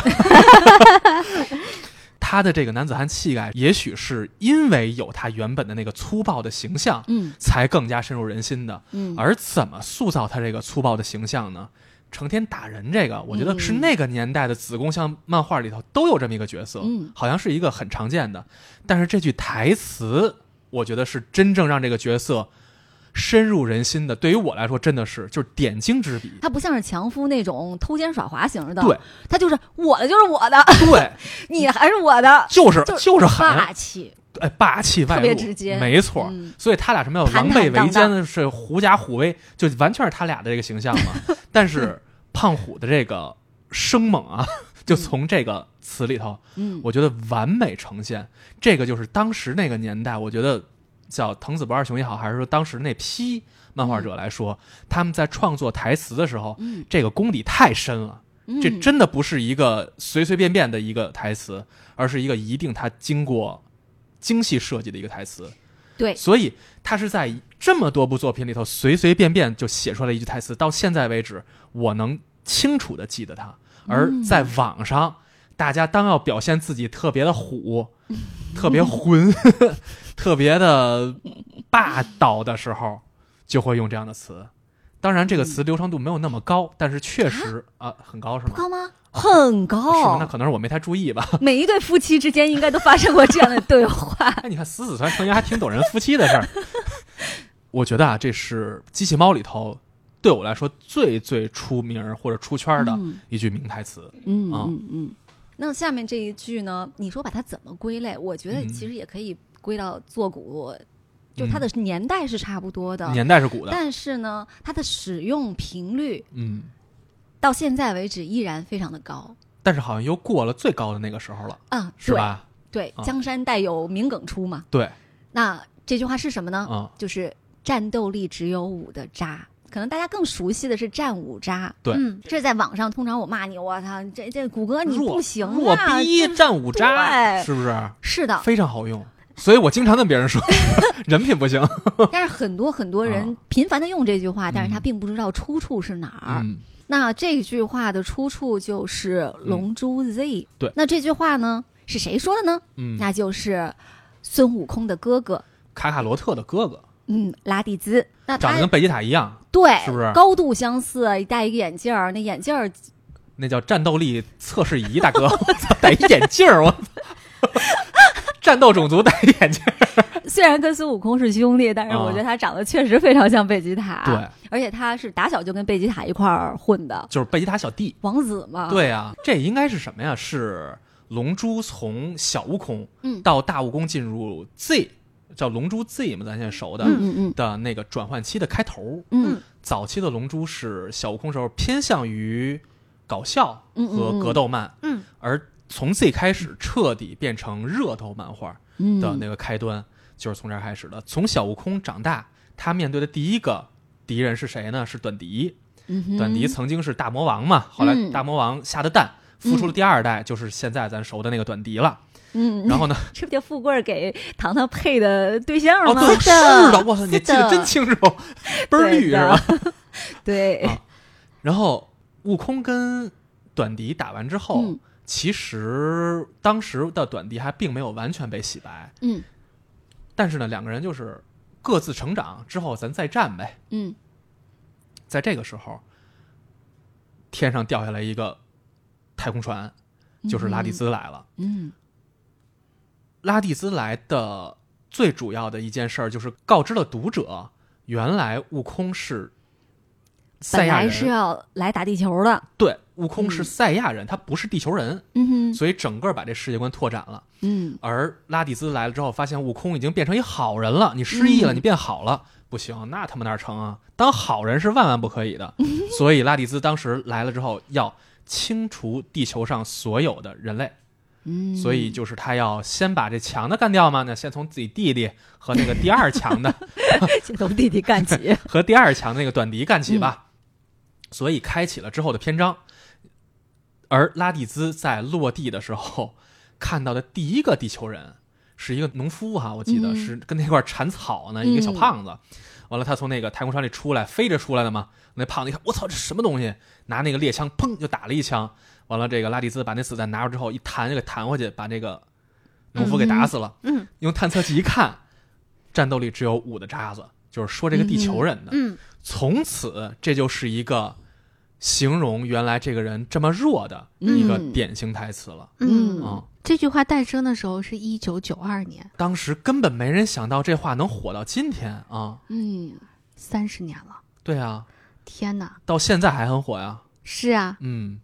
[SPEAKER 2] 他的这个男子汉气概，也许是因为有他原本的那个粗暴的形象，
[SPEAKER 3] 嗯
[SPEAKER 2] 才更加深入人心的。
[SPEAKER 3] 嗯，
[SPEAKER 2] 而怎么塑造他这个粗暴的形象呢？成天打人这个，我觉得
[SPEAKER 3] 嗯
[SPEAKER 2] 是那个年代的子宫像漫画里头都有这么一个角色，
[SPEAKER 3] 嗯
[SPEAKER 2] 好像是一个很常见的。但是这句台词，我觉得是真正让这个角色深入人心的。对于我来说，真的是就是点睛之 笔。
[SPEAKER 3] 他不像是强夫那种偷奸耍滑型的，
[SPEAKER 2] 对，
[SPEAKER 3] 他就是我的就是我的，
[SPEAKER 2] 对，
[SPEAKER 3] 你还是我的，
[SPEAKER 2] 就是
[SPEAKER 3] 就是
[SPEAKER 2] 就是狠，
[SPEAKER 3] 霸气，
[SPEAKER 2] 哎，霸气外露，
[SPEAKER 3] 特别直接
[SPEAKER 2] 没错。
[SPEAKER 3] 嗯
[SPEAKER 2] 所以他俩什么叫狼狈为奸的是狐假虎威，就完全是他俩的这个形象 嘛。但是胖虎的这个生猛啊，就从这个词里头，
[SPEAKER 3] 嗯，
[SPEAKER 2] 我觉得完美呈现。这个就是当时那个年代，我觉得叫藤子不二雄也好，还是说当时那批漫画者来说，他们在创作台词的时候，
[SPEAKER 3] 嗯
[SPEAKER 2] 这个功底太深了。
[SPEAKER 3] 嗯
[SPEAKER 2] 这真的不是一个随随便便的一个台词，而是一个一定它经过精细设计的一个台词。
[SPEAKER 3] 对
[SPEAKER 2] 所以他是在这么多部作品里头随随便便就写出来一句台词，到现在为止，我能清楚的记得它。而
[SPEAKER 3] 嗯
[SPEAKER 2] 在网上，大家当要表现自己特别的 虎、特别混、 特别的霸道的时候，就会用这样的词。当然，这个词流畅度没有那么高，但是确实啊、很高是
[SPEAKER 3] 嗯不
[SPEAKER 2] 吗？啊
[SPEAKER 3] 高吗？很
[SPEAKER 2] 是吗？那
[SPEAKER 3] 高，
[SPEAKER 2] 可能是我没太注意 吧。
[SPEAKER 3] 每一对夫妻之间应该都发生过这样的 对话。
[SPEAKER 2] 哎，你看死死团成员还挺懂人夫妻的事 儿。我觉得啊，这是《机器猫》里头对我来说最最出名儿或者出圈儿的
[SPEAKER 3] 嗯
[SPEAKER 2] 一句名台词。
[SPEAKER 3] 嗯
[SPEAKER 2] 啊
[SPEAKER 3] 嗯嗯。那下面这一句呢？你说把它怎么归类？我觉得
[SPEAKER 2] 嗯
[SPEAKER 3] 其实也可以归到作古，就它的年代是差不多的，
[SPEAKER 2] 年代是古的，
[SPEAKER 3] 但是呢，它的使用频率
[SPEAKER 2] 嗯，
[SPEAKER 3] 到现在为止依然非常的高。
[SPEAKER 2] 但是好像又过了最高的那个时候了，
[SPEAKER 3] 嗯，
[SPEAKER 2] 是
[SPEAKER 3] 对
[SPEAKER 2] 吧？
[SPEAKER 3] 对
[SPEAKER 2] 啊，
[SPEAKER 3] 江山代有名梗出嘛。
[SPEAKER 2] 对，
[SPEAKER 3] 那这句话是什么呢？
[SPEAKER 2] 嗯，
[SPEAKER 3] 就是战斗力只有五的渣。可能大家更熟悉的是战五渣，
[SPEAKER 2] 对
[SPEAKER 1] 嗯，
[SPEAKER 3] 这在网上通常我骂你，我操，这这谷歌你
[SPEAKER 2] 弱
[SPEAKER 3] 不行
[SPEAKER 2] 弱
[SPEAKER 3] 啊！
[SPEAKER 2] 逼
[SPEAKER 3] 这
[SPEAKER 2] 战五渣，
[SPEAKER 3] 对
[SPEAKER 2] 是不是
[SPEAKER 3] 是的，
[SPEAKER 2] 非常好用？所以我经常跟别人说， 人品不行。
[SPEAKER 3] 但是很多很多人
[SPEAKER 2] 啊
[SPEAKER 3] 频繁的用这句话，但是他
[SPEAKER 2] 嗯
[SPEAKER 3] 并不知道出处是哪儿。
[SPEAKER 2] 嗯，
[SPEAKER 3] 那这句话的出处就是《龙珠 Z》
[SPEAKER 2] 对
[SPEAKER 3] 那这句话呢是谁说的呢？
[SPEAKER 2] 嗯，
[SPEAKER 3] 那就是孙悟空的哥哥，
[SPEAKER 2] 卡卡罗特的哥哥
[SPEAKER 3] 嗯，拉蒂兹。那
[SPEAKER 2] 长得
[SPEAKER 3] 他
[SPEAKER 2] 跟贝吉塔一样，
[SPEAKER 3] 对
[SPEAKER 2] 是不是
[SPEAKER 3] 高度相似？戴一个眼镜儿，那眼镜儿
[SPEAKER 2] 那叫战斗力测试仪，大哥，我操，戴一眼镜儿，我操， 战斗种族戴一眼镜儿，
[SPEAKER 3] 虽然跟孙悟空是兄弟，但是我
[SPEAKER 2] 啊
[SPEAKER 3] 觉得他长得确实非常像贝吉塔。
[SPEAKER 2] 对，
[SPEAKER 3] 而且他是打小就跟贝吉塔一块儿混的
[SPEAKER 2] 就是贝吉塔小弟。
[SPEAKER 3] 王子嘛。，
[SPEAKER 2] 对啊，这应该是什么呀？是龙珠从小悟空
[SPEAKER 3] 嗯
[SPEAKER 2] 到大悟空进入 Z，、叫龙珠 Z 嘛，咱现在熟的、
[SPEAKER 3] 嗯嗯嗯
[SPEAKER 2] 的那个转换期的开头。
[SPEAKER 3] 嗯
[SPEAKER 2] 早期的龙珠是小悟空时候偏向于搞笑
[SPEAKER 3] 嗯嗯
[SPEAKER 2] 和
[SPEAKER 3] 嗯
[SPEAKER 2] 格斗漫，
[SPEAKER 1] 嗯，
[SPEAKER 2] 而从 Z 开始彻底变成热斗漫画
[SPEAKER 3] 嗯
[SPEAKER 2] 的那个开端，就是从这儿开始的。从小悟空长大，他面对的第一个敌人是谁呢？是短笛。
[SPEAKER 3] 嗯
[SPEAKER 2] 短笛曾经是大魔王嘛，后来
[SPEAKER 3] 嗯
[SPEAKER 2] 大魔王下的蛋，孵出了第二代，就是现在咱熟的那个短笛了。
[SPEAKER 3] 嗯，
[SPEAKER 2] 然后呢，
[SPEAKER 3] 这不就富贵儿给糖糖配的对象
[SPEAKER 2] 哦，
[SPEAKER 3] 吗？
[SPEAKER 2] 对，
[SPEAKER 1] 是
[SPEAKER 2] 是
[SPEAKER 1] 的
[SPEAKER 2] 的，我操，你
[SPEAKER 1] 是
[SPEAKER 2] 记得
[SPEAKER 1] 的
[SPEAKER 2] 真清楚， 倍儿
[SPEAKER 3] 对
[SPEAKER 2] 绿是
[SPEAKER 3] 的
[SPEAKER 2] 吧？
[SPEAKER 3] 对
[SPEAKER 2] 啊然后悟空跟短笛打完之后，
[SPEAKER 3] 嗯
[SPEAKER 2] 其实当时的短笛还并没有完全被洗白，
[SPEAKER 3] 嗯
[SPEAKER 2] 但是呢，两个人就是各自成长之后，咱再战呗。
[SPEAKER 3] 嗯
[SPEAKER 2] 在这个时候，天上掉下来一个太空船，就是拉蒂兹来了。
[SPEAKER 3] 嗯
[SPEAKER 2] 拉蒂兹来的最主要的一件事儿就是告知了读者，原来悟空是赛
[SPEAKER 3] 本
[SPEAKER 2] 亚
[SPEAKER 3] 来是
[SPEAKER 2] 人，
[SPEAKER 3] 要来打地球的，
[SPEAKER 2] 对，悟空是
[SPEAKER 3] 嗯
[SPEAKER 2] 赛亚人，他不是地球人，
[SPEAKER 3] 嗯哼
[SPEAKER 2] 所以整个把这世界观拓展了。
[SPEAKER 3] 嗯
[SPEAKER 2] 而拉蒂兹来了之后，发现悟空已经变成一好人了，你失忆了，
[SPEAKER 3] 嗯
[SPEAKER 2] 你变好了，不行，那他妈哪成啊？当好人是万万不可以 的，所以拉蒂兹当时来了之后要清除地球上所有的人类。
[SPEAKER 3] 嗯，
[SPEAKER 2] 所以就是他要先把这强的干掉嘛，那先从自己弟弟和那个第二强的
[SPEAKER 3] 先从弟弟 干起，
[SPEAKER 2] 和第二强的那个短笛干起
[SPEAKER 1] 嗯
[SPEAKER 2] 吧。所以开启了之后的篇章，而拉蒂兹在落地的时候看到的第一个地球人是一个农夫哈、我记得
[SPEAKER 3] 嗯
[SPEAKER 2] 是跟那块铲草
[SPEAKER 1] 嗯
[SPEAKER 2] 呢，一个小胖子。完了，他从那个太空船里出来，飞着出来的嘛。那胖子一看，我操，这什么东西？拿那个猎枪，砰就打了一枪。完了，这个拉蒂兹把那子弹拿出之后，一弹就给弹回去，把那个农夫给打死了。
[SPEAKER 1] 嗯
[SPEAKER 2] 用探测器一看，战斗力只有五的渣子，就是说这个地球人的。
[SPEAKER 1] 嗯
[SPEAKER 2] 从此，这就是一个形容原来这个人这么弱的一个
[SPEAKER 3] 嗯
[SPEAKER 2] 典型台词了。
[SPEAKER 1] 嗯
[SPEAKER 2] 啊、
[SPEAKER 1] 嗯，这句话诞生的时候是一九九二年，
[SPEAKER 2] 当时根本没人想到这话能火到今天啊、
[SPEAKER 3] 嗯
[SPEAKER 1] 三十年了，
[SPEAKER 2] 对啊，
[SPEAKER 1] 天哪！
[SPEAKER 2] 到现在还很火呀。
[SPEAKER 1] 是啊，
[SPEAKER 2] 嗯，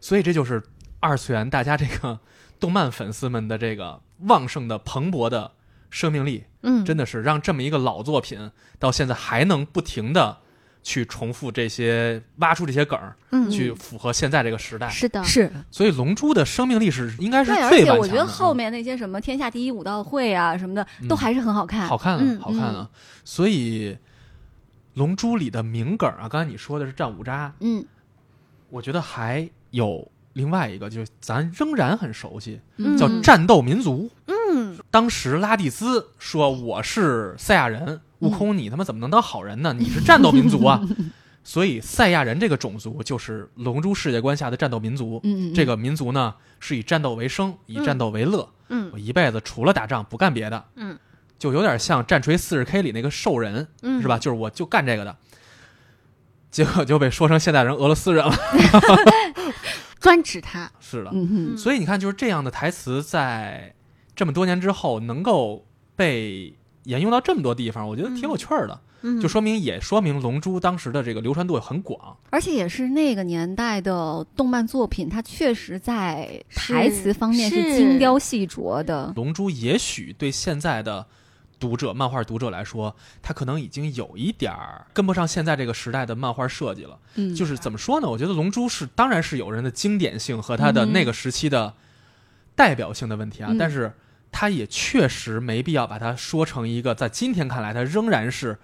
[SPEAKER 2] 所以这就是二次元大家这个动漫粉丝们的这个旺盛的蓬勃的生命力，
[SPEAKER 1] 嗯，
[SPEAKER 2] 真的是让这么一个老作品到现在还能不停的去重复这些挖出这些梗儿，
[SPEAKER 1] 嗯
[SPEAKER 2] 去符合现在这个时代。
[SPEAKER 1] 是的，
[SPEAKER 3] 是
[SPEAKER 2] 所以《龙珠》的生命力是应该是
[SPEAKER 3] 对，而
[SPEAKER 2] 最顽
[SPEAKER 3] 且
[SPEAKER 2] 强的。
[SPEAKER 3] 我觉得后
[SPEAKER 2] 嗯
[SPEAKER 3] 面那些什么天下第一武道会啊什么的
[SPEAKER 2] 嗯，
[SPEAKER 3] 都还是很好看，
[SPEAKER 2] 好看啊，
[SPEAKER 1] 嗯
[SPEAKER 2] 好看啊！所以《龙珠》里的名梗儿啊，刚才你说的是战五渣，
[SPEAKER 3] 嗯
[SPEAKER 2] 我觉得还有另外一个，就是咱仍然很熟悉，
[SPEAKER 1] 嗯
[SPEAKER 2] 叫
[SPEAKER 1] 嗯
[SPEAKER 2] 战斗民族。
[SPEAKER 1] 嗯
[SPEAKER 2] 当时拉蒂兹说我是赛亚
[SPEAKER 3] 嗯
[SPEAKER 2] 人，悟空你他妈怎么能当好人呢？你是战斗民族 啊！所以赛亚人这个种族就是《龙珠》世界观下的战斗民族。
[SPEAKER 3] 嗯嗯
[SPEAKER 2] 这个民族呢是以战斗为生，以战斗为乐。
[SPEAKER 1] 嗯
[SPEAKER 2] 我一辈子除了打仗不干别的。
[SPEAKER 1] 嗯，
[SPEAKER 2] 就有点像《战锤四十 K》里那个兽人，
[SPEAKER 1] 嗯，
[SPEAKER 2] 是吧？？就是我就干这个的。结果就被说成现代人俄罗斯人了。
[SPEAKER 1] 嗯专指他，
[SPEAKER 2] 是的，
[SPEAKER 3] 嗯哼
[SPEAKER 2] 所以你看，就是这样的台词，在这么多年之后，能够被沿用到这么多地方，我觉得挺有趣儿的。
[SPEAKER 1] 嗯，
[SPEAKER 2] 就说明也说明《龙珠》当时的这个流传度很广。
[SPEAKER 3] 而且也是那个年代的动漫作品，它确实在台词方面
[SPEAKER 1] 是
[SPEAKER 3] 是精雕细琢的。
[SPEAKER 1] 嗯
[SPEAKER 2] 《龙珠》也许对现在的读者、漫画读者来说，他可能已经有一点儿跟不上现在这个时代的漫画设计了。
[SPEAKER 3] 嗯，
[SPEAKER 2] 就是是怎么说呢？我觉得《龙珠》是当然是有人的经典性和它的
[SPEAKER 3] 嗯哼
[SPEAKER 2] 那个时期的代表性的问题啊，
[SPEAKER 3] 嗯
[SPEAKER 2] 但是它也确实没必要把它说成一个在今天看来它仍然是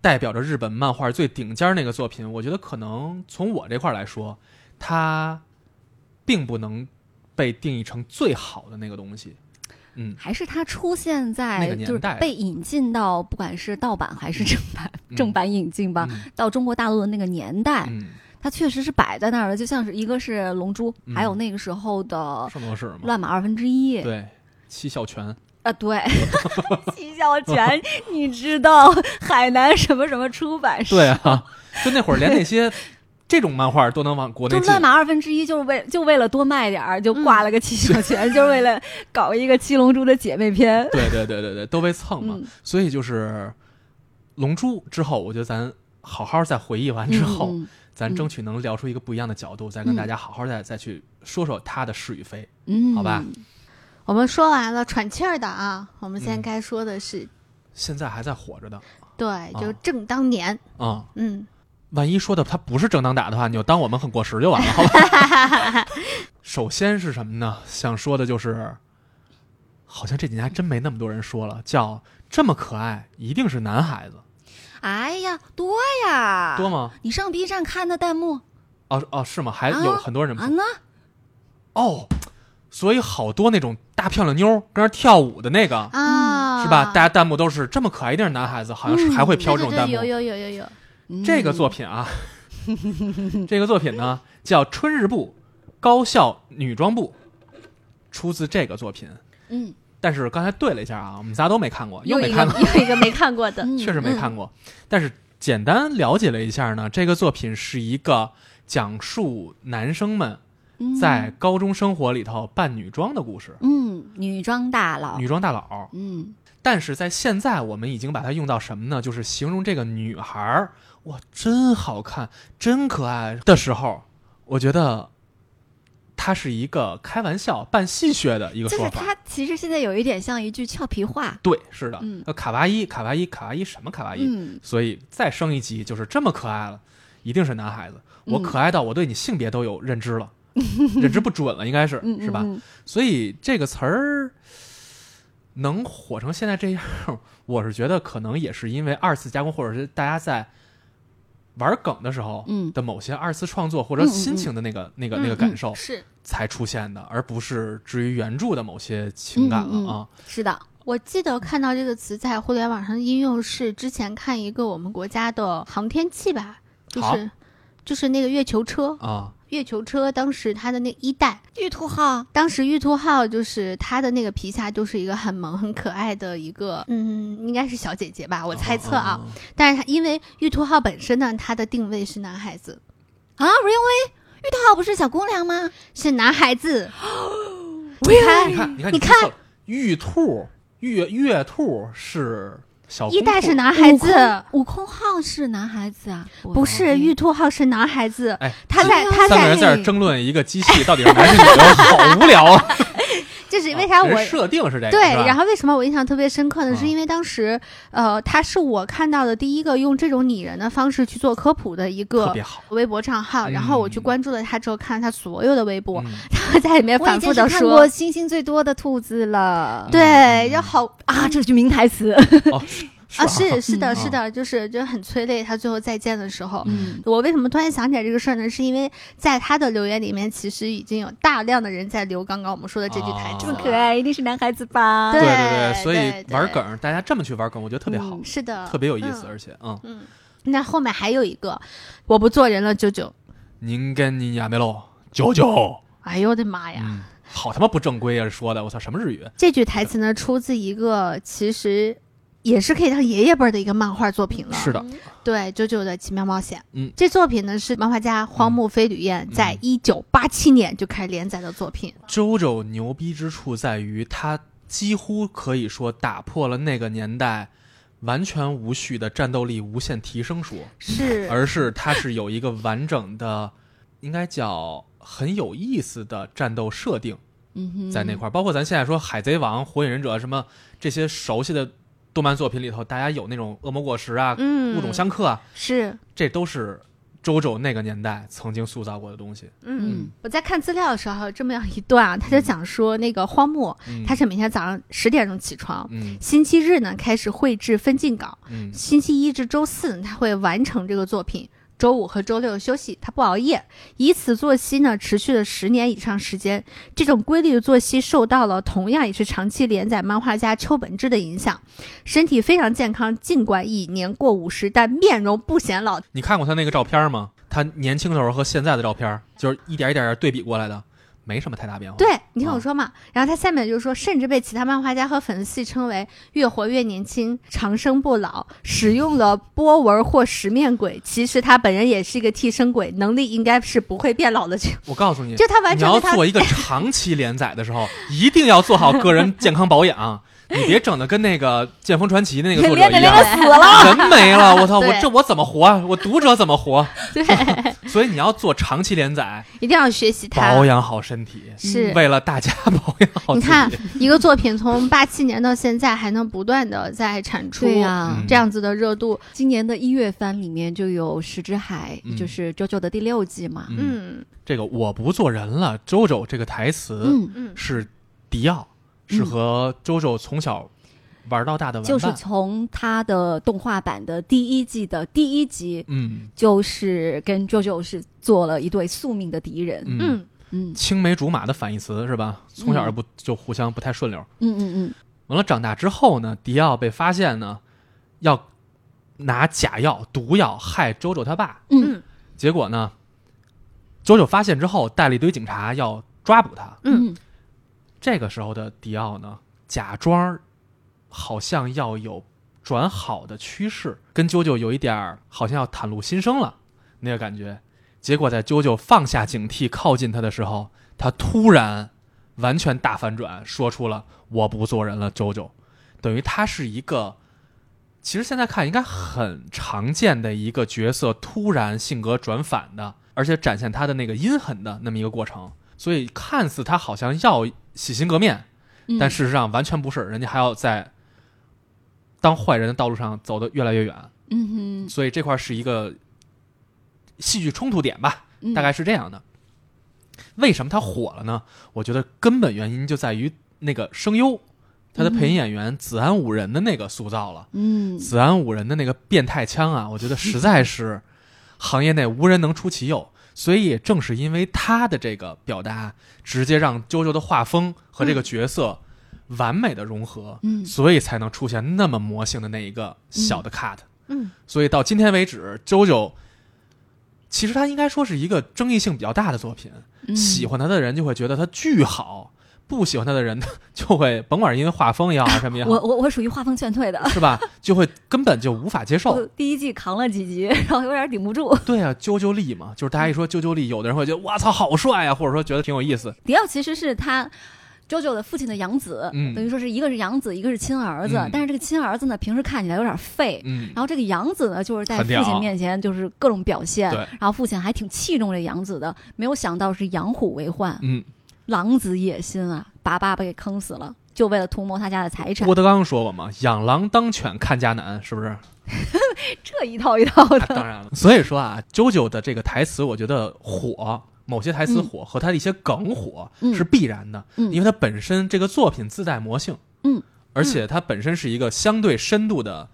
[SPEAKER 2] 代表着日本漫画最顶尖儿那个作品。我觉得可能从我这块儿来说，它并不能被定义成最好的那个东西。嗯
[SPEAKER 3] 还是它出现
[SPEAKER 2] 那
[SPEAKER 3] 在
[SPEAKER 2] 个年
[SPEAKER 3] 就是
[SPEAKER 2] 代
[SPEAKER 3] 被引进到不管是盗版还是正版，
[SPEAKER 2] 嗯
[SPEAKER 3] 正版引进吧，
[SPEAKER 2] 嗯
[SPEAKER 3] 到中国大陆的那个年代，
[SPEAKER 2] 嗯，
[SPEAKER 3] 它确实是摆在那儿的，就像是一个是《龙珠》
[SPEAKER 2] 嗯
[SPEAKER 3] 还有那个时候的
[SPEAKER 2] 圣斗士
[SPEAKER 3] 《
[SPEAKER 2] 嘛，
[SPEAKER 3] 哎乱马二分之一》
[SPEAKER 2] 对，七小泉，
[SPEAKER 3] 啊，对， 七小泉，你知道海南什么什么出版社？
[SPEAKER 2] 对啊， 就那会儿连那些这种漫画都能往国内
[SPEAKER 3] 就
[SPEAKER 2] 进
[SPEAKER 3] 乱，码二分之一，就是为就为了多卖点儿，就挂了 个七小泉，就是为了搞一个七龙珠的姐妹篇。
[SPEAKER 2] 对对对对对，都被蹭嘛。
[SPEAKER 3] 嗯，
[SPEAKER 2] 所以就是《龙珠》之后，我觉得咱好好再回忆完之后，
[SPEAKER 3] 嗯，
[SPEAKER 2] 咱争取能聊出一个不一样的角度，再跟大家好好再再去说说它的是与非。
[SPEAKER 3] 嗯
[SPEAKER 2] 好吧，
[SPEAKER 1] 我们说完了喘气儿的啊，我们现在
[SPEAKER 2] 嗯
[SPEAKER 1] 该说的是，
[SPEAKER 2] 现在还在火着的
[SPEAKER 1] 对，就
[SPEAKER 2] 啊
[SPEAKER 1] 正当年，
[SPEAKER 2] 啊、
[SPEAKER 1] 嗯，
[SPEAKER 2] 万一说的它不是正当打的话，你就当我们很过时就完了，好吧？ 首先是什么呢？想说的就是，好像这几年还真没那么多人说了，叫这么可爱，一定是男孩子。
[SPEAKER 3] 哎呀，多
[SPEAKER 1] 啊
[SPEAKER 3] 呀，
[SPEAKER 2] 多？吗？
[SPEAKER 3] 你上 B 站看那弹幕
[SPEAKER 2] 哦哦，是吗？还
[SPEAKER 3] 啊
[SPEAKER 2] 有很多人、
[SPEAKER 3] 啊呢？
[SPEAKER 2] 哦，所以好多那种大漂亮妞儿跟那儿跳舞的那个、
[SPEAKER 1] 啊，
[SPEAKER 2] 嗯是吧？大家弹幕都是这么可爱，一定是男孩子，好像是
[SPEAKER 3] 嗯
[SPEAKER 2] 还会
[SPEAKER 1] 对
[SPEAKER 2] 飘
[SPEAKER 1] 对
[SPEAKER 2] 这种
[SPEAKER 1] 对
[SPEAKER 2] 弹幕。
[SPEAKER 1] 有有有有有，
[SPEAKER 2] 这个作品啊，这个作品呢叫《春日部高校女装部》，出自这个作品。
[SPEAKER 3] 嗯，
[SPEAKER 2] 但是刚才对了一下啊，我们仨都没看过，又
[SPEAKER 1] 又
[SPEAKER 2] 没
[SPEAKER 1] 一
[SPEAKER 2] 看
[SPEAKER 1] 个
[SPEAKER 2] 过。
[SPEAKER 1] 又一个没看过的，
[SPEAKER 3] 嗯，
[SPEAKER 2] 确实没看
[SPEAKER 3] 过。
[SPEAKER 2] 过，但是简单了解了一下呢，这个作品是一个讲述男生们
[SPEAKER 3] 嗯
[SPEAKER 2] 在高中生活里头扮女装的故事，
[SPEAKER 3] 嗯，女装大佬，
[SPEAKER 2] 女装大佬。
[SPEAKER 3] 嗯，
[SPEAKER 2] 但是在现在，我们已经把它用到什么呢？就是形容这个女孩儿，哇，真好看，真可爱的时候，我觉得它是一个开玩笑、半戏谑的一个
[SPEAKER 3] 就
[SPEAKER 2] 说
[SPEAKER 3] 是
[SPEAKER 2] 法。
[SPEAKER 3] 它其实现在有一点像一句俏皮话。
[SPEAKER 2] 对，是的，
[SPEAKER 3] 嗯
[SPEAKER 2] 呃卡哇伊，卡哇伊，卡哇伊，什么卡哇伊？
[SPEAKER 3] 嗯，
[SPEAKER 2] 所以再升一级就是这么可爱了，一定是男孩子。我
[SPEAKER 3] 嗯
[SPEAKER 2] 可爱到我对你性别都有认知了，认知不准了，应该是
[SPEAKER 3] 嗯
[SPEAKER 2] 是吧？
[SPEAKER 3] 嗯嗯
[SPEAKER 2] 所以这个词儿能火成现在这样，我是觉得可能也是因为二次加工，或者是大家在玩梗的时候
[SPEAKER 3] 嗯
[SPEAKER 2] 的某些二次创作或者心情的那个、那个那个
[SPEAKER 3] 嗯
[SPEAKER 2] 感
[SPEAKER 3] 嗯
[SPEAKER 2] 受
[SPEAKER 1] 是
[SPEAKER 2] 才出现的，而不是至于原著的某些情感
[SPEAKER 3] 嗯嗯
[SPEAKER 2] 了啊。
[SPEAKER 3] 是的，
[SPEAKER 1] 我记得看到这个词在互联网上的应用是之前看一个我们国家的航天器吧，就
[SPEAKER 2] 好
[SPEAKER 1] 是就是那个月球车，
[SPEAKER 2] 啊，
[SPEAKER 1] 月球车当时它的那一代，
[SPEAKER 3] 玉兔号，啊
[SPEAKER 1] 当时玉兔号就是它的那个皮下就是一个很萌很可爱的一个，嗯，应该是小姐姐吧，我猜测啊。
[SPEAKER 2] 嗯，嗯嗯
[SPEAKER 1] 但是它因为玉兔号本身呢，它的定位是男孩 子，
[SPEAKER 3] 啊，really？玉兔号不是小姑娘吗？
[SPEAKER 1] 是男孩子，
[SPEAKER 3] 你
[SPEAKER 2] 啊你看，你看，
[SPEAKER 1] 哎你
[SPEAKER 2] 听
[SPEAKER 1] 看
[SPEAKER 2] 错了，玉兔，月月兔是小
[SPEAKER 1] 一
[SPEAKER 2] 公
[SPEAKER 1] 代
[SPEAKER 2] 兔
[SPEAKER 1] 是男孩
[SPEAKER 3] 悟
[SPEAKER 2] 哦
[SPEAKER 1] 子
[SPEAKER 3] 空，，悟空号是男孩子啊？
[SPEAKER 1] 不是玉兔号是男孩子。
[SPEAKER 2] 哎，
[SPEAKER 1] 他在
[SPEAKER 3] 这
[SPEAKER 1] 他
[SPEAKER 2] 三个人在
[SPEAKER 1] 在哎
[SPEAKER 2] 这儿争论一个机器到底是男是女，好无聊啊！
[SPEAKER 1] 就是为啥我
[SPEAKER 2] 人设定啊是这个？
[SPEAKER 1] 对，然
[SPEAKER 2] 后
[SPEAKER 1] 后为什么我印象特别深刻呢？
[SPEAKER 2] 嗯
[SPEAKER 1] 是因为当时，呃，他是我看到的第一个用这种拟人的方式去做科普的一个
[SPEAKER 2] 特别好。
[SPEAKER 1] 微博账号，然后我去
[SPEAKER 2] 嗯
[SPEAKER 1] 关注了他之后，看了他所有的微博，
[SPEAKER 2] 嗯
[SPEAKER 1] 他在里面
[SPEAKER 3] 我已
[SPEAKER 1] 反
[SPEAKER 3] 经
[SPEAKER 1] 复
[SPEAKER 3] 是
[SPEAKER 1] 的
[SPEAKER 3] 看过
[SPEAKER 1] 说，
[SPEAKER 3] 星星最多的兔子
[SPEAKER 2] 嗯
[SPEAKER 3] 了。
[SPEAKER 1] 对，然后好
[SPEAKER 3] 啊，这是句名台词。
[SPEAKER 2] 哦，是
[SPEAKER 1] 啊，
[SPEAKER 2] 是 啊
[SPEAKER 1] 是是的，
[SPEAKER 2] 嗯
[SPEAKER 1] 是的，就是就很催泪。他最后再见的时候。
[SPEAKER 3] 嗯
[SPEAKER 1] 我为什么突然想起来这个事儿呢？是因为在他的留言里面，其实已经有大量的人在留刚刚我们说的这句台
[SPEAKER 2] 啊
[SPEAKER 1] 词
[SPEAKER 2] 这么
[SPEAKER 1] 了。
[SPEAKER 2] 可，
[SPEAKER 3] 爱，一定是男孩子吧
[SPEAKER 1] 对
[SPEAKER 2] 对对，所
[SPEAKER 1] 对
[SPEAKER 2] 以
[SPEAKER 1] 对
[SPEAKER 2] 玩梗，大家这么去玩梗，我觉得特别好
[SPEAKER 3] 嗯，
[SPEAKER 1] 是的，
[SPEAKER 2] 特别有意思，
[SPEAKER 1] 嗯
[SPEAKER 2] 而且嗯，
[SPEAKER 1] 嗯，那后面还有一个，我不做人了，舅舅。
[SPEAKER 2] 您跟您亚梅喽，九九，
[SPEAKER 1] 哎呦我的妈呀！
[SPEAKER 2] 嗯，好他妈不正规啊！说的，我操，什么日语？
[SPEAKER 1] 这句台词呢，出自一个其实也是可以当爷爷辈儿的一个漫画作品了。
[SPEAKER 2] 是的，
[SPEAKER 1] 对，舅舅的《奇妙冒险》。
[SPEAKER 2] 嗯，
[SPEAKER 1] 这作品呢是漫画家荒木飞吕彦
[SPEAKER 2] 嗯
[SPEAKER 1] 在一九八七年就开始连载的作品。
[SPEAKER 2] JoJo 牛逼之处在于，它几乎可以说打破了那个年代完全无序的战斗力无限提升说，
[SPEAKER 1] 是，
[SPEAKER 2] 而是它是有一个完整的，应该叫很有意思的战斗设定，
[SPEAKER 3] 嗯哼，
[SPEAKER 2] 在那块儿。包括咱现在说《海贼王》《火影忍者》什么这些熟悉的动漫作品里头，大家有那种恶魔果实啊、
[SPEAKER 1] 嗯，
[SPEAKER 2] 物种相克啊，
[SPEAKER 1] 是，
[SPEAKER 2] 这都是周周那个年代曾经塑造过的东西。
[SPEAKER 1] 嗯，
[SPEAKER 3] 嗯
[SPEAKER 1] 我在看资料的时候有这么样一段啊，他就讲说那个荒木，
[SPEAKER 2] 嗯，
[SPEAKER 1] 他是每天早上十点钟起床，
[SPEAKER 2] 嗯
[SPEAKER 1] 星期日呢开始绘制分镜稿，
[SPEAKER 2] 嗯
[SPEAKER 1] 星期一至周四呢他会完成这个作品。周五和周六休息，他不熬夜，以此作息呢持续了十年以上时间。这种规律的作息受到了同样也是长期连载漫画家秋本治的影响，身体非常健康。尽管已年过五十，但面容不显老。
[SPEAKER 2] 你看过他那个照片吗？他年轻的时候和现在的照片，就是一点一点点对比过来的，没什么太大变化。
[SPEAKER 1] 对你听我
[SPEAKER 2] 啊
[SPEAKER 1] 说嘛，然后他下面就是说，甚至被其他漫画家和粉丝戏称为“越活越年轻，长生不老”，使用了波纹或十面鬼。其实他本人也是一个替身鬼，能力应该是不会变老的。 就
[SPEAKER 2] 我告诉你，
[SPEAKER 1] 就他完
[SPEAKER 2] 你
[SPEAKER 1] 成了
[SPEAKER 2] 要
[SPEAKER 1] 他
[SPEAKER 2] 做一个长期连载的时候，一定要做好个人健康保养，你别整的跟那个《剑锋传奇》的那个作者
[SPEAKER 3] 练着
[SPEAKER 2] 一
[SPEAKER 3] 练
[SPEAKER 2] 样
[SPEAKER 3] 着，死了。
[SPEAKER 2] 人没了，我操，我
[SPEAKER 1] 对
[SPEAKER 2] 这我怎么活啊？我读者怎么活？
[SPEAKER 1] 对，
[SPEAKER 2] 所以你要做长期连载，
[SPEAKER 1] 一定要学习他。
[SPEAKER 2] 保养好身体，
[SPEAKER 1] 是
[SPEAKER 2] 为了大家 保养好
[SPEAKER 1] 你
[SPEAKER 2] 自己。嗯
[SPEAKER 1] 看一个作品从八七年到现在还能不断的在产出，
[SPEAKER 3] 对呀、
[SPEAKER 2] 嗯
[SPEAKER 1] 这样子的热度，
[SPEAKER 3] 今年的一月番里面就有《石之海》
[SPEAKER 2] 嗯
[SPEAKER 3] 就是 JoJo 的第六季嘛。
[SPEAKER 2] 嗯，
[SPEAKER 1] 嗯
[SPEAKER 2] 这个我不做人了，JoJo 这个台词
[SPEAKER 3] 嗯，
[SPEAKER 1] 嗯，
[SPEAKER 2] 是迪奥，是和 JoJo 从小玩到大的玩
[SPEAKER 3] 就是
[SPEAKER 2] 伴。
[SPEAKER 3] 从他的动画版的第一季的第一集，
[SPEAKER 2] 嗯
[SPEAKER 3] 就是跟 JoJo 是做了一对宿命的敌人。
[SPEAKER 2] 嗯
[SPEAKER 1] 嗯，
[SPEAKER 3] 嗯
[SPEAKER 2] 青梅竹马的反义词是吧？从小就不就互相不太顺溜。
[SPEAKER 3] 嗯嗯
[SPEAKER 2] 完了，长大之后呢，迪奥被发现呢，要拿假药、毒药害周周他爸。
[SPEAKER 3] 嗯
[SPEAKER 1] 嗯
[SPEAKER 2] 结果呢，周周发现之后，带了一堆警察要抓捕他。
[SPEAKER 1] 嗯
[SPEAKER 3] 嗯
[SPEAKER 2] 这个时候的迪奥呢，假装好像要有转好的趋势，跟啾啾有一点儿好像要袒露心声了那个感觉。结果在啾啾放下警惕靠近他的时候，他突然完全大反转，说出了“我不做人了”。啾啾，等于他是一个，其实现在看应该很常见的一个角色，突然性格转反的，而且展现他的那个阴狠的那么一个过程。所以看似他好像要洗心革面，
[SPEAKER 3] 嗯，
[SPEAKER 2] 但事实上完全不是，人家还要在当坏人的道路上走得越来越远。
[SPEAKER 3] 嗯
[SPEAKER 2] 所以这块儿是一个戏剧冲突点吧，
[SPEAKER 3] 哼，
[SPEAKER 2] 大概是这样的。为什么他火了呢？我觉得根本原因就在于那个声优，他的配音演员子安五人的那个塑造了。
[SPEAKER 3] 嗯
[SPEAKER 2] 子安五人的那个变态腔啊，我觉得实在是行业内无人能出其右。所以也正是因为他的这个表达，直接让 JoJo 的画风和这个角色完美的融合，
[SPEAKER 3] 嗯
[SPEAKER 2] 所以才能出现那么魔性的那一个小的 cut。
[SPEAKER 1] 嗯，
[SPEAKER 2] 所以到今天为止，JoJo 其实他应该说是一个争议性比较大的作品，
[SPEAKER 3] 嗯
[SPEAKER 2] 喜欢他的人就会觉得他巨好，不喜欢他的人就会甭管是因为画风也好还是啊什么也
[SPEAKER 3] 我
[SPEAKER 2] 好，
[SPEAKER 3] 我我属于画风劝退的，
[SPEAKER 2] 是吧？就会根本就无法接受
[SPEAKER 3] 我。第一季扛了几集， 然后有点顶不住。
[SPEAKER 2] 对啊，啾啾力嘛，就是大家一说啾啾力，有的人会觉得哇操好帅啊，或者说觉得挺有意思。
[SPEAKER 3] 迪奥其实是他。JoJo 的父亲的养子，
[SPEAKER 2] 嗯
[SPEAKER 3] 等于说是一个是养子，一个是亲儿子。
[SPEAKER 2] 嗯
[SPEAKER 3] 但是这个亲儿子呢，平时看起来有点废，
[SPEAKER 2] 嗯
[SPEAKER 3] 然后这个养子呢，就是在
[SPEAKER 2] 很
[SPEAKER 3] 父
[SPEAKER 2] 屌
[SPEAKER 3] 亲面前就是各种表现，
[SPEAKER 2] 对
[SPEAKER 3] 然后父亲还挺器重这养子的，没有想到是养虎为患，
[SPEAKER 2] 嗯，
[SPEAKER 3] 狼子野心啊，把爸爸给坑死了，就为了图谋他家的财产
[SPEAKER 2] 郭，德纲说过嘛，养狼当犬看家难，是不 是？
[SPEAKER 3] 这一套一套
[SPEAKER 2] 啊当
[SPEAKER 3] 的，
[SPEAKER 2] 然了。所以说啊，JoJo 的这个台词，我觉得火，某些台词火、和他的一些梗火、
[SPEAKER 3] 嗯
[SPEAKER 2] 是必然的，
[SPEAKER 3] 嗯
[SPEAKER 2] 因为它本身这个作品自带魔性，
[SPEAKER 3] 嗯，
[SPEAKER 2] 而且它本身是一个相对深度的、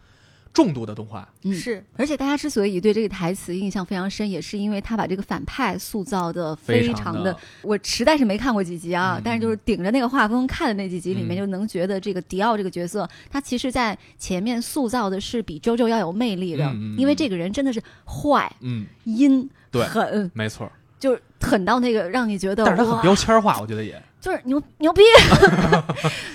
[SPEAKER 2] 重度的动画，
[SPEAKER 3] 嗯
[SPEAKER 1] 是，
[SPEAKER 3] 而且大家之所以对这个台词印象非常深，也是因为他把这个反派塑造的嗯非
[SPEAKER 2] 常
[SPEAKER 3] 的，我实在是没看过几集啊，
[SPEAKER 2] 嗯
[SPEAKER 3] 但是就是顶着那个画风看的那几集里
[SPEAKER 2] 嗯
[SPEAKER 3] 面，就能觉得这个迪奥这个角色，他其实在前面塑造的是比周周要有魅力的，
[SPEAKER 2] 嗯嗯嗯
[SPEAKER 3] 因为这个人真的是坏、
[SPEAKER 2] 嗯，
[SPEAKER 3] 阴、
[SPEAKER 2] 对
[SPEAKER 3] 狠，
[SPEAKER 2] 没错。
[SPEAKER 3] 就是狠到那个让你觉得，
[SPEAKER 2] 但是它很
[SPEAKER 3] 哇
[SPEAKER 2] 标签化，我觉得也
[SPEAKER 3] 就是牛牛逼，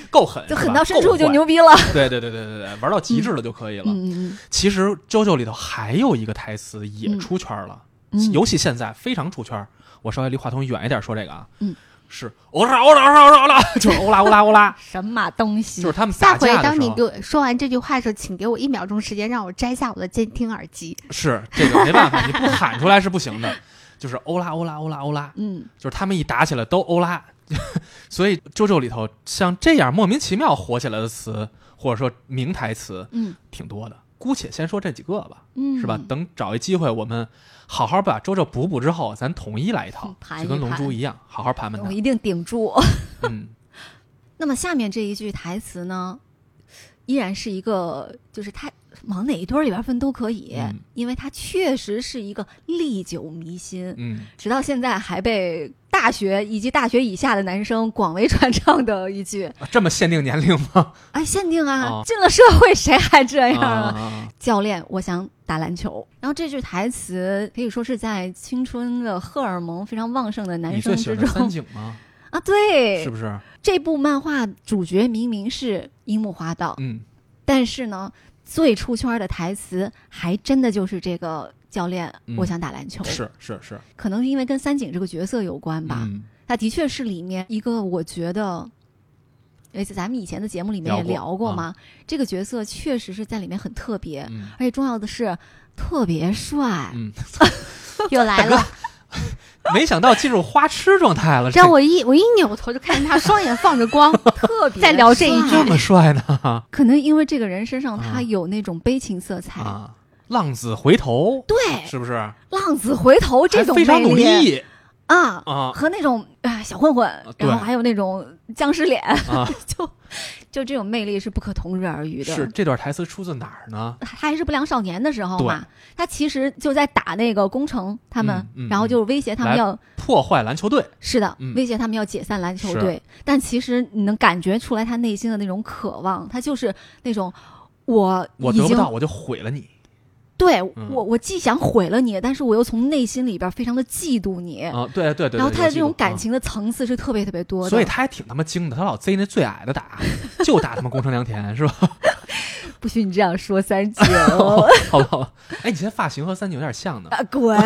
[SPEAKER 2] 够狠，
[SPEAKER 3] 就是狠
[SPEAKER 2] 吧
[SPEAKER 3] 到深处就。
[SPEAKER 2] 够
[SPEAKER 3] 牛逼了。
[SPEAKER 2] 坏 对对对对对对，玩到极致了就可以了。
[SPEAKER 3] 嗯嗯
[SPEAKER 2] 其实《JoJo》里头还有一个台词也出圈了，
[SPEAKER 3] 嗯，
[SPEAKER 2] 尤其现在非常出圈。我稍微离话筒远一点说这个啊，
[SPEAKER 3] 嗯，
[SPEAKER 2] 是欧拉欧拉欧拉欧拉欧拉， 就是欧拉欧拉欧拉，
[SPEAKER 3] 什么东西？
[SPEAKER 2] 就是他们
[SPEAKER 1] 下
[SPEAKER 2] 打
[SPEAKER 1] 回
[SPEAKER 2] 架的
[SPEAKER 1] 当
[SPEAKER 2] 时
[SPEAKER 1] 你
[SPEAKER 2] 候
[SPEAKER 1] 给我说完这句话的时候，请给我一秒钟时间，让我摘下我的监听耳机。
[SPEAKER 2] 是这个没办法，你不喊出来是不行的。就是欧拉欧拉欧拉欧拉，
[SPEAKER 3] 嗯
[SPEAKER 2] 就是他们一打起来都欧拉，所以《周周》里头像这样莫名其妙火起来的词，或者说名台词，
[SPEAKER 3] 嗯
[SPEAKER 2] 挺多的。姑且先说这几个吧，
[SPEAKER 3] 嗯，
[SPEAKER 2] 是吧？等找一机会，我们好好把《周周》补补之后，咱统一来一套
[SPEAKER 3] 嗯，盘
[SPEAKER 2] 就跟《
[SPEAKER 3] 一
[SPEAKER 2] 龙
[SPEAKER 3] 盘
[SPEAKER 2] 珠》一样，好好盘盘
[SPEAKER 3] 我
[SPEAKER 2] 它。
[SPEAKER 3] 一定顶住。
[SPEAKER 2] 嗯，
[SPEAKER 3] 那么下面这一句台词呢，依然是一个，就是它往哪一堆儿里边分都可以，
[SPEAKER 2] 嗯
[SPEAKER 3] 因为它确实是一个历久弥新，
[SPEAKER 2] 嗯，
[SPEAKER 3] 直到现在还被大学以及大学以下的男生广为 传唱的一句。
[SPEAKER 2] 啊这么限定年龄吗？
[SPEAKER 3] 哎，限定啊，
[SPEAKER 2] 哦
[SPEAKER 3] 进了社会谁还这样
[SPEAKER 2] 啊
[SPEAKER 3] 啊？
[SPEAKER 2] 啊啊
[SPEAKER 3] 教练，我想打篮球。然后这句台词可以说是在青春的荷尔蒙非常旺盛的男
[SPEAKER 2] 你
[SPEAKER 3] 生
[SPEAKER 2] 最喜
[SPEAKER 3] 之
[SPEAKER 2] 欢的三
[SPEAKER 3] 中
[SPEAKER 2] 井吗？
[SPEAKER 3] 啊，对，
[SPEAKER 2] 是不是？
[SPEAKER 3] 这部漫画主角明明是樱木花道，
[SPEAKER 2] 嗯，
[SPEAKER 3] 但是呢，最出圈的台词还真的就是这个教练，
[SPEAKER 2] 嗯
[SPEAKER 3] 我想打篮球。，
[SPEAKER 2] 是是是，
[SPEAKER 3] 可能是因为跟三井这个角色有关吧。
[SPEAKER 2] 嗯，
[SPEAKER 3] 他的确是里面一个，我觉得。而且咱们以前的节目里面也
[SPEAKER 2] 聊过
[SPEAKER 3] 聊过嘛，这个角色确实是在里面很特别，
[SPEAKER 2] 嗯
[SPEAKER 3] 而且重要的是特别帅。
[SPEAKER 2] 嗯，
[SPEAKER 1] 又来了，
[SPEAKER 2] 没想到进入花痴状态了，这
[SPEAKER 1] 让我一我一扭头就看见他双眼放着 光，
[SPEAKER 3] 特别
[SPEAKER 1] 在聊这一
[SPEAKER 3] 帅
[SPEAKER 2] 这么帅呢？
[SPEAKER 3] 可能因为这个人身上
[SPEAKER 2] 啊
[SPEAKER 3] 他有那种悲情色彩，
[SPEAKER 2] 啊，浪子回头，
[SPEAKER 3] 哎对，
[SPEAKER 2] 是不是？
[SPEAKER 3] 浪子回头这种
[SPEAKER 2] 还非常
[SPEAKER 3] 魅
[SPEAKER 2] 努
[SPEAKER 3] 力
[SPEAKER 2] 力
[SPEAKER 3] 啊，
[SPEAKER 2] 啊
[SPEAKER 3] 和那种啊小混混，
[SPEAKER 2] 对
[SPEAKER 3] 然后还有那种僵尸脸，
[SPEAKER 2] 啊！
[SPEAKER 3] 就就这种魅力是不可同日而语的。
[SPEAKER 2] 是这段台词出自哪儿呢？
[SPEAKER 3] 他还是不良少年的时候嘛，他其实就在打那个工程他们，
[SPEAKER 2] 嗯嗯
[SPEAKER 3] 然后就是威胁他们
[SPEAKER 2] 来
[SPEAKER 3] 要
[SPEAKER 2] 破坏篮球队，
[SPEAKER 3] 是的，
[SPEAKER 2] 嗯
[SPEAKER 3] 威胁他们要解散篮球
[SPEAKER 2] 是
[SPEAKER 3] 队。但其实你能感觉出来他内心的那种渴望，他就是那种我
[SPEAKER 2] 我
[SPEAKER 3] 已
[SPEAKER 2] 得不
[SPEAKER 3] 经
[SPEAKER 2] 到我就毁了你
[SPEAKER 3] 对、
[SPEAKER 2] 嗯
[SPEAKER 3] 我我既想毁了你，但是我又从内心里边非常的嫉妒你。
[SPEAKER 2] 啊！对对对对，
[SPEAKER 3] 然后他的
[SPEAKER 2] 有
[SPEAKER 3] 这
[SPEAKER 2] 记录
[SPEAKER 3] 种感
[SPEAKER 2] 啊
[SPEAKER 3] 情的层次是特别特别多的，
[SPEAKER 2] 所以他还挺他妈精的，他老贼那最矮的打，就打他妈宫城良田是吧？
[SPEAKER 3] 不许你这样说三 哦九，
[SPEAKER 2] 好吧好 吧，哎，你现在发型和三井有点像呢。
[SPEAKER 3] 啊滚！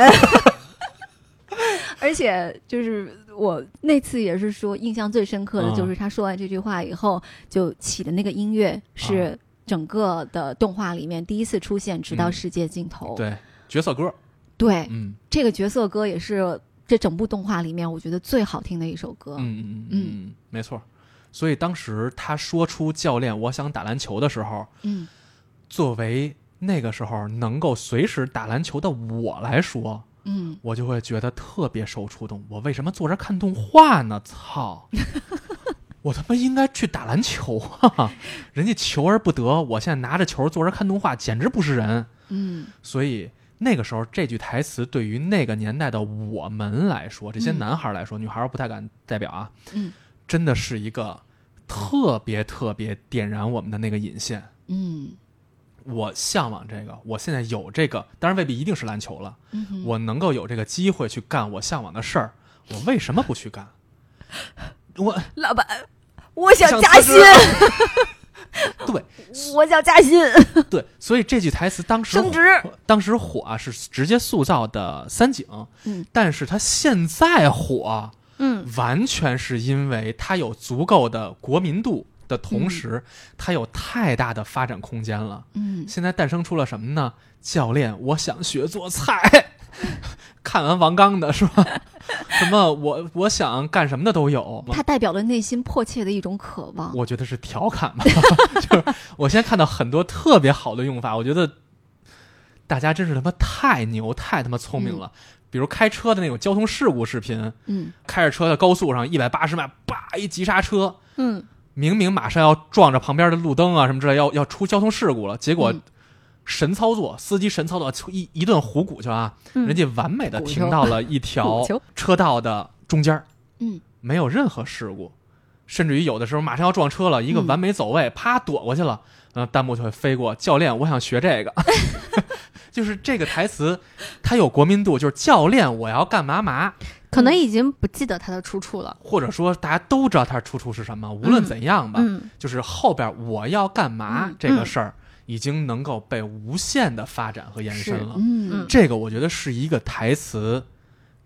[SPEAKER 3] 而且就是我那次也是说，印象最深刻
[SPEAKER 2] 嗯
[SPEAKER 3] 的就是他说完这句话以后就起的那个音乐
[SPEAKER 2] 嗯
[SPEAKER 3] 是整个的动画里面第一次出现，直到世界尽头。
[SPEAKER 2] 对，角色歌，
[SPEAKER 3] 哦对
[SPEAKER 2] 嗯
[SPEAKER 3] 这个角色歌也是这整部动画里面我觉得最好听的一首歌。
[SPEAKER 2] 嗯嗯嗯嗯，没错。所以当时他说出教练我想打篮球的时候，
[SPEAKER 3] 嗯
[SPEAKER 2] 作为那个时候能够随时打篮球的我来说，
[SPEAKER 3] 嗯，
[SPEAKER 2] 我就会觉得特别受触动。我为什么坐这儿看动画呢？操！我他妈应该去打篮球啊！人家求而不得，我现在拿着球坐这儿看动画，简直不是人。
[SPEAKER 3] 嗯
[SPEAKER 2] 所以那个时候这句台词对于那个年代的我们来说，这些
[SPEAKER 3] 嗯
[SPEAKER 2] 男孩来说，女孩儿不太敢代表啊，
[SPEAKER 3] 嗯
[SPEAKER 2] 真的是一个特别特别点燃我们的那个引线。
[SPEAKER 3] 嗯
[SPEAKER 2] 我向往这个，我现在有这个，当然未必一定是篮球了，
[SPEAKER 3] 嗯哼，
[SPEAKER 2] 我能够有这个机会去干我向往的事儿，我为什么不去干？ 我
[SPEAKER 3] 老板，我想
[SPEAKER 2] 想
[SPEAKER 3] 加
[SPEAKER 2] 辞
[SPEAKER 3] 薪
[SPEAKER 2] 职， 对
[SPEAKER 3] 我想加薪，
[SPEAKER 2] 对，所以这句台词当时
[SPEAKER 3] 升职
[SPEAKER 2] 火当时火啊是直接塑造的三井，
[SPEAKER 3] 嗯
[SPEAKER 2] 但是他现在火，
[SPEAKER 1] 嗯，
[SPEAKER 2] 完全是因为他有足够的国民度的同时，他有太大的发展空间了。
[SPEAKER 3] 嗯
[SPEAKER 2] 现在诞生出了什么呢？教练，我想学做菜。 看完王刚的是吧？什么我我想干什么的都有。
[SPEAKER 3] 它代表了内心迫切的一种渴望。
[SPEAKER 2] 我觉得是调侃吧， 就是我现在看到很多特别好的用法，我觉得大家真是他妈太牛，太他妈聪明了。比如开车的那种交通事故视频，
[SPEAKER 3] 嗯
[SPEAKER 2] 开着车在高速上一百八十迈，叭一急刹车，
[SPEAKER 1] 嗯，
[SPEAKER 2] 明明马上要撞着旁边的路灯啊什么之类，要要出交通事故了，结果
[SPEAKER 3] 嗯
[SPEAKER 2] 神操作，司机神操作一一顿虎骨去啊，
[SPEAKER 1] 嗯
[SPEAKER 2] 人家完美的
[SPEAKER 3] 虎
[SPEAKER 2] 停
[SPEAKER 3] 丘
[SPEAKER 2] 到了一 条
[SPEAKER 3] 虎丘
[SPEAKER 2] 车道的中间儿，
[SPEAKER 3] 嗯，
[SPEAKER 2] 没有任何事故，甚至于有的时候马上要撞车了，一个
[SPEAKER 3] 嗯
[SPEAKER 2] 完美走位，啪躲过去了，然后弹幕就会飞过，教练，我想学 这个，就是这个台词，它有国民度，就是教练我要干嘛嘛，
[SPEAKER 1] 可能已经不记得他的出处了。
[SPEAKER 2] 或者说大家都知道它出处是什么，无论
[SPEAKER 1] 嗯
[SPEAKER 2] 怎样吧，
[SPEAKER 1] 嗯
[SPEAKER 2] 就是后边我要干嘛、
[SPEAKER 1] 嗯
[SPEAKER 2] 这个事儿，已经能够被无限的发展和延伸了。
[SPEAKER 3] 嗯
[SPEAKER 2] 这个我觉得是一个台词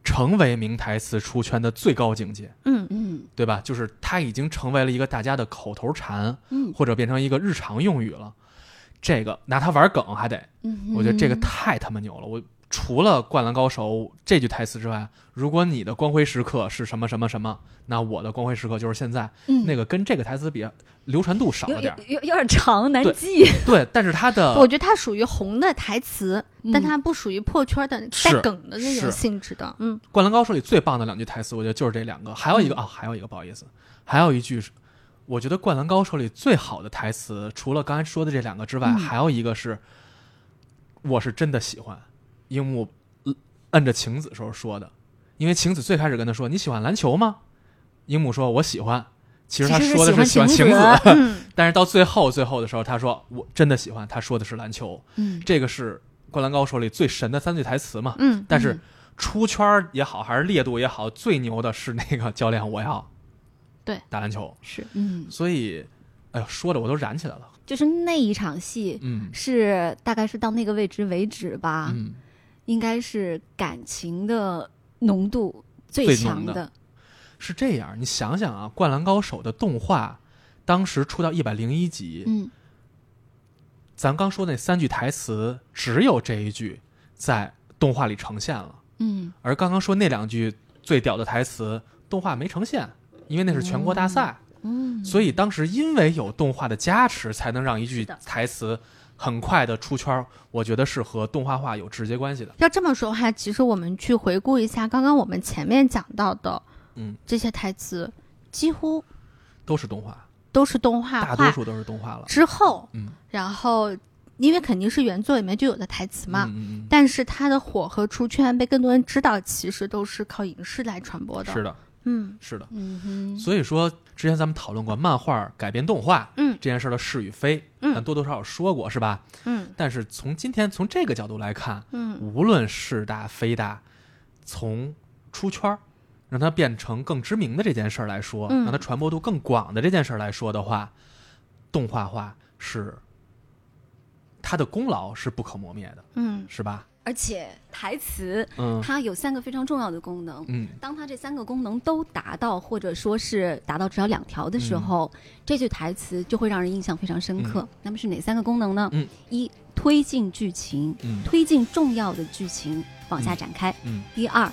[SPEAKER 2] 成为名台词出圈的最高境界，
[SPEAKER 1] 嗯
[SPEAKER 3] 嗯
[SPEAKER 2] 对吧？就是它已经成为了一个大家的口头禅，
[SPEAKER 3] 嗯
[SPEAKER 2] 或者变成一个日常用语了。这个拿它玩梗还得，
[SPEAKER 3] 嗯，
[SPEAKER 2] 我觉得这个太他妈牛了！我除了《灌篮高手》这句台词之外，如果你的光辉时刻是什么什么什么，那我的光辉时刻就是现在。
[SPEAKER 3] 嗯，
[SPEAKER 2] 那个跟这个台词比，流传度少
[SPEAKER 3] 有
[SPEAKER 2] 了点
[SPEAKER 3] 有
[SPEAKER 2] 儿。
[SPEAKER 3] 有有点长，难
[SPEAKER 2] 对
[SPEAKER 3] 记。
[SPEAKER 2] 对，但是它
[SPEAKER 1] 我
[SPEAKER 2] 的
[SPEAKER 1] 觉得它属于红的台词，但
[SPEAKER 3] 嗯
[SPEAKER 1] 它不属于破圈的
[SPEAKER 2] 是
[SPEAKER 1] 带梗的那种
[SPEAKER 2] 是
[SPEAKER 1] 性质的。嗯，
[SPEAKER 2] 《灌篮高手》里最棒的两句台词，我觉得就是这两个。还有一个啊、还有一个不好意思，还有一句是，我觉得《灌篮高手》里最好的台词，除了刚才说的这两个之外，
[SPEAKER 3] 嗯
[SPEAKER 2] 还有一个是，我是真的喜欢樱木呃摁着晴子时候说的，因为晴子最开始跟他说你喜欢篮球吗？樱木说我喜欢，其实他
[SPEAKER 3] 其实是
[SPEAKER 2] 说的是
[SPEAKER 3] 喜
[SPEAKER 2] 喜欢
[SPEAKER 3] 欢晴
[SPEAKER 2] 晴
[SPEAKER 3] 子
[SPEAKER 2] 子，
[SPEAKER 1] 嗯
[SPEAKER 2] 但是到最后最后的时候，他说我真的喜欢，他说的是篮球，
[SPEAKER 3] 嗯，
[SPEAKER 2] 这个是《灌篮高手》里最神的三句台词嘛。
[SPEAKER 1] 嗯，
[SPEAKER 2] 但是出圈儿也好，还是烈度也好，最牛的是那个教练，我要
[SPEAKER 1] 对
[SPEAKER 2] 打篮球。
[SPEAKER 1] 是
[SPEAKER 3] 嗯，
[SPEAKER 2] 所以，哎呦，说的我都燃起来了。
[SPEAKER 3] 就是那一场戏
[SPEAKER 2] 嗯
[SPEAKER 3] 是大概是到那个位置为止
[SPEAKER 1] 啊
[SPEAKER 3] 吧，
[SPEAKER 2] 嗯，
[SPEAKER 3] 应该是感情的浓度最
[SPEAKER 2] 最
[SPEAKER 3] 强
[SPEAKER 2] 浓的是这样。你想想啊，《灌篮高手》的动画当时出到一百零一集，
[SPEAKER 3] 嗯，
[SPEAKER 2] 咱刚说那三句台词，只有这一句在动画里呈现了，
[SPEAKER 3] 嗯，
[SPEAKER 2] 而刚刚说那两句最屌的台词，动画没呈现，因为那是全国大
[SPEAKER 1] 哦
[SPEAKER 2] 赛。
[SPEAKER 3] 嗯，
[SPEAKER 2] 所以当时因为有动画的加持，才能让一句台词很快的出圈儿。我觉得是和动画化有直接关系的。
[SPEAKER 1] 要这么说的话，其实我们去回顾一下刚刚我们前面讲到的，
[SPEAKER 2] 嗯，
[SPEAKER 1] 这些台词几乎
[SPEAKER 2] 都是动画，
[SPEAKER 1] 都是动画化
[SPEAKER 2] 大多数都是动画了。
[SPEAKER 1] 之后，
[SPEAKER 2] 嗯，
[SPEAKER 1] 然后因为肯定是原作里面就有的台词嘛。
[SPEAKER 2] 嗯嗯
[SPEAKER 1] 但是它的火和出圈被更多人知道，其实都是靠影视来传播
[SPEAKER 2] 嗯，
[SPEAKER 1] 的。
[SPEAKER 2] 是的，
[SPEAKER 1] 嗯
[SPEAKER 2] 是的。
[SPEAKER 3] 嗯哼，
[SPEAKER 2] 所以说，之前咱们讨论过漫画改编动画
[SPEAKER 1] 嗯
[SPEAKER 2] 这件事儿的是与非，咱
[SPEAKER 1] 嗯
[SPEAKER 2] 多多少少说过，是吧？
[SPEAKER 1] 嗯
[SPEAKER 2] 但是从今天从这个角度来看，
[SPEAKER 1] 嗯，
[SPEAKER 2] 无论是大非大，从出圈儿，让它变成更知名的这件事儿来说，
[SPEAKER 1] 嗯
[SPEAKER 2] 让它传播度更广的这件事儿来说的话，动画化是它的功劳是不可磨灭的，
[SPEAKER 1] 嗯
[SPEAKER 2] 是吧？
[SPEAKER 3] 而且台词
[SPEAKER 2] 嗯
[SPEAKER 3] 它有三个非常重要的功能。
[SPEAKER 2] 嗯
[SPEAKER 3] 当它这三个功能都达到，或者说是达到至少两条的时候，
[SPEAKER 2] 嗯
[SPEAKER 3] 这句台词就会让人印象非常深刻。那么是哪三个功能呢？
[SPEAKER 2] 嗯
[SPEAKER 3] 一推进剧情，
[SPEAKER 2] 嗯
[SPEAKER 3] 推进重要的剧情往下展开；
[SPEAKER 2] 嗯
[SPEAKER 3] 第二，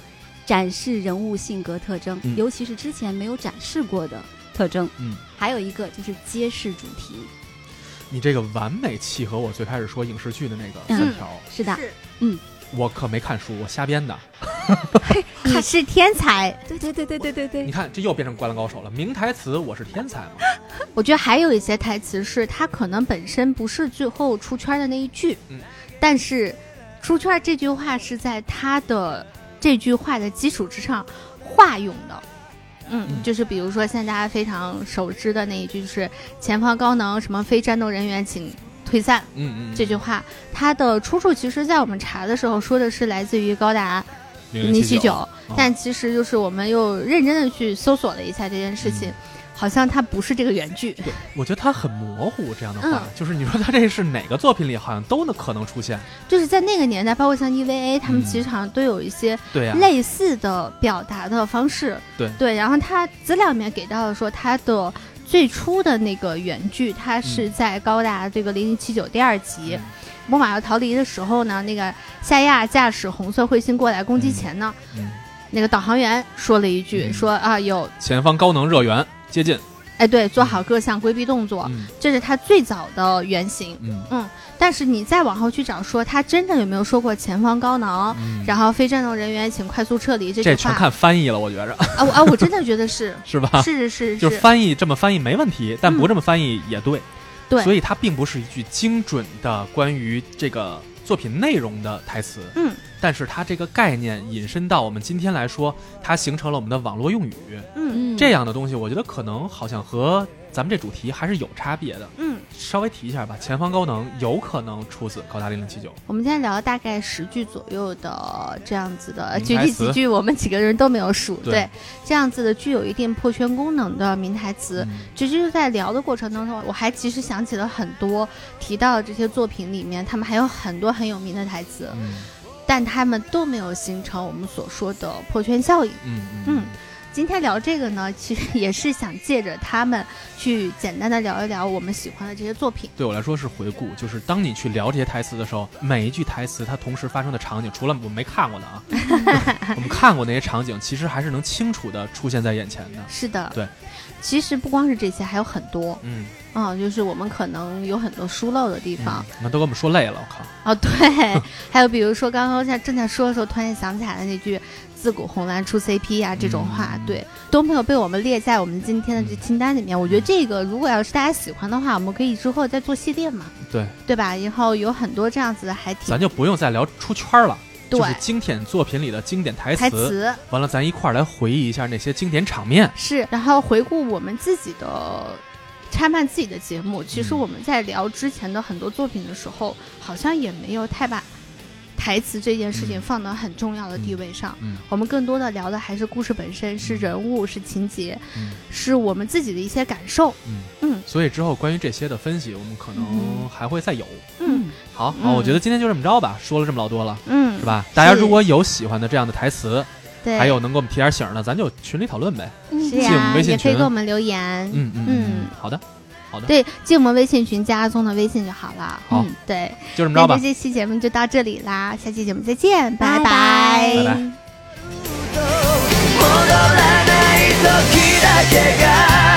[SPEAKER 3] 展示人物性格特征，
[SPEAKER 2] 嗯
[SPEAKER 3] 尤其是之前没有展示过的特征；
[SPEAKER 2] 嗯，
[SPEAKER 3] 还有一个就是揭示主题。
[SPEAKER 2] 你这个完美契合我最开始说影视剧的那个
[SPEAKER 3] 嗯
[SPEAKER 2] 三条，
[SPEAKER 3] 是的，
[SPEAKER 2] 我可没看书，我瞎编的。
[SPEAKER 1] 你是天才。
[SPEAKER 3] 对对对对对对
[SPEAKER 2] 你
[SPEAKER 3] 对，
[SPEAKER 2] 看，这又变成灌篮高手了，名台词我是天才嘛？
[SPEAKER 1] 我觉得还有一些台词是它可能本身不是最后出圈的那一句，
[SPEAKER 2] 嗯
[SPEAKER 1] 但是出圈这句话是在它的这句话的基础之上化用的。嗯，
[SPEAKER 2] 嗯
[SPEAKER 1] 就是比如说现在大家非常熟知的那一句，就是前方高能，什么非战斗人员请退散
[SPEAKER 2] 嗯嗯，
[SPEAKER 1] 这句话，它的出处其实，在我们查的时候说的是来自于高达零零七
[SPEAKER 2] 079，
[SPEAKER 1] 九，但其实就是我们又认真的去搜索了一下这件事情，
[SPEAKER 2] 嗯
[SPEAKER 1] 好像它不是这个原句。
[SPEAKER 2] 我觉得它很模糊，这样的
[SPEAKER 1] 嗯
[SPEAKER 2] 话，就是你说它这是哪个作品里好像都能可能出现，
[SPEAKER 1] 就是在那个年代，包括像 EVA，他们
[SPEAKER 2] 嗯
[SPEAKER 1] 其实好像都有一些
[SPEAKER 2] 对呀、嗯
[SPEAKER 1] 类似的表达的方式。
[SPEAKER 2] 对
[SPEAKER 1] 然后他资料里面给到的说，他的最初的那个原剧，它是在高达这个零零七九第二集，
[SPEAKER 2] 嗯
[SPEAKER 1] 木马要逃离的时候呢，那个夏亚驾驶红色彗星过来攻击前呢，
[SPEAKER 2] 嗯，
[SPEAKER 1] 那个导航员说了一句，
[SPEAKER 2] 嗯
[SPEAKER 1] 说啊有，
[SPEAKER 2] 前方高能热源接近，
[SPEAKER 1] 哎对，做好各项规避动作，
[SPEAKER 2] 嗯
[SPEAKER 1] 这是他最早的原型。
[SPEAKER 2] 嗯
[SPEAKER 1] 但是你再往后去找说，他真的有没有说过前方高能？
[SPEAKER 2] 嗯，
[SPEAKER 1] 然后非战斗人员请快速撤离这
[SPEAKER 2] 这
[SPEAKER 1] 句
[SPEAKER 2] 全
[SPEAKER 1] 话
[SPEAKER 2] 看翻译了，我觉 着
[SPEAKER 1] 啊，我啊，我真的觉得 是
[SPEAKER 2] 是吧？
[SPEAKER 1] 是是
[SPEAKER 2] 就是
[SPEAKER 1] 是，
[SPEAKER 2] 是翻译这么翻译没问题，但不
[SPEAKER 1] 嗯
[SPEAKER 2] 这么翻译也对，
[SPEAKER 1] 对
[SPEAKER 2] 所以它并不是一句精准的关于这个作品内容的台词，
[SPEAKER 1] 嗯
[SPEAKER 2] 但是它这个概念引申到我们今天来说，它形成了我们的网络用语，
[SPEAKER 1] 嗯
[SPEAKER 3] 嗯，
[SPEAKER 2] 这样的东西，我觉得可能好像和咱们这主题还是有差别的。
[SPEAKER 1] 嗯。
[SPEAKER 2] 稍微提一下吧，前方高能有可能出自高达零零七九，
[SPEAKER 1] 我们今天聊了大概十句左右的这样子的，
[SPEAKER 2] 名
[SPEAKER 1] 举
[SPEAKER 2] 台
[SPEAKER 1] 例
[SPEAKER 2] 词
[SPEAKER 1] 几句，我们几个人都没有数，
[SPEAKER 2] 对
[SPEAKER 1] 这样子的具有一定破圈功能的名台词。
[SPEAKER 2] 嗯
[SPEAKER 1] 其实就在聊的过程当中，我还其实想起了很多提到的这些作品里面，他们还有很多很有名的台词，
[SPEAKER 2] 嗯
[SPEAKER 1] 但他们都没有形成我们所说的破圈效应。
[SPEAKER 2] 嗯
[SPEAKER 1] 嗯今天聊这个呢，其实也是想借着他们去简单的聊一聊我们喜欢的这些作品。
[SPEAKER 2] 对我来说是回顾，就是当你去聊这些台词的时候，每一句台词它同时发生的场景，除了我们没看过 的啊，我们看过那些场景，其实还是能清楚的出现在眼前 的。
[SPEAKER 1] 是的，
[SPEAKER 2] 对。
[SPEAKER 1] 其实不光是这些，还有很多
[SPEAKER 2] 嗯，
[SPEAKER 1] 啊、就是我们可能有很多疏漏的地方
[SPEAKER 2] 嗯，那都给我们说累了，我靠，
[SPEAKER 1] 哦， 对，还有比如说刚刚在正在说的时候，突然想起来的那句“自古红蓝出 CP” 啊，这种话，
[SPEAKER 2] 嗯
[SPEAKER 1] 对，都没有被我们列在我们今天的这清单里面。我觉得这个如果要是大家喜欢的话，我们可以之后再做系列嘛，
[SPEAKER 2] 对，
[SPEAKER 1] 对吧？以后有很多这样子的，还挺
[SPEAKER 2] 咱就不用再聊出圈儿了，
[SPEAKER 1] 对
[SPEAKER 2] 就是经典作品里的经典台词。
[SPEAKER 1] 台词
[SPEAKER 2] 完了，咱一块儿来回忆一下那些经典场面。
[SPEAKER 1] 是，然后回顾我们自己的。拆漫自己的节目，其实
[SPEAKER 2] 嗯
[SPEAKER 1] 我们在聊之前的很多作品的时候，好像也没有太把台词这件事情
[SPEAKER 2] 嗯
[SPEAKER 1] 放到很重要的地位上。
[SPEAKER 2] 嗯
[SPEAKER 1] 我们更多的聊的还是故事本身，是人物，是情节，
[SPEAKER 2] 嗯
[SPEAKER 1] 是我们自己的一些感受。
[SPEAKER 2] 嗯
[SPEAKER 1] 嗯
[SPEAKER 2] 所以之后关于这些的分析，我们可能
[SPEAKER 1] 嗯
[SPEAKER 2] 还会再有。
[SPEAKER 1] 嗯，
[SPEAKER 2] 好，好、
[SPEAKER 1] 嗯
[SPEAKER 2] 我觉得今天就这么着吧，说了这么老多了，
[SPEAKER 1] 嗯，
[SPEAKER 2] 是？吧？大家如果有喜欢的这样的台词，
[SPEAKER 1] 对，
[SPEAKER 2] 还有能给我们提点醒儿的，咱就群里讨论呗。
[SPEAKER 1] 是
[SPEAKER 2] 进我们
[SPEAKER 1] 呀，
[SPEAKER 2] 微信
[SPEAKER 1] 嗯啊也可以
[SPEAKER 2] 群
[SPEAKER 1] 给我们留言。
[SPEAKER 2] 嗯嗯
[SPEAKER 1] 嗯
[SPEAKER 2] 好的，好的，
[SPEAKER 1] 对，进我们微信群，加阿宗的微信就好了。
[SPEAKER 2] 好
[SPEAKER 1] 嗯，对，
[SPEAKER 2] 就这么
[SPEAKER 1] 那
[SPEAKER 2] 着
[SPEAKER 1] 这
[SPEAKER 2] 吧。
[SPEAKER 1] 这期节目就到这里啦，下期节目再见，拜
[SPEAKER 3] 拜拜
[SPEAKER 2] 拜拜
[SPEAKER 4] 戻らない時だけが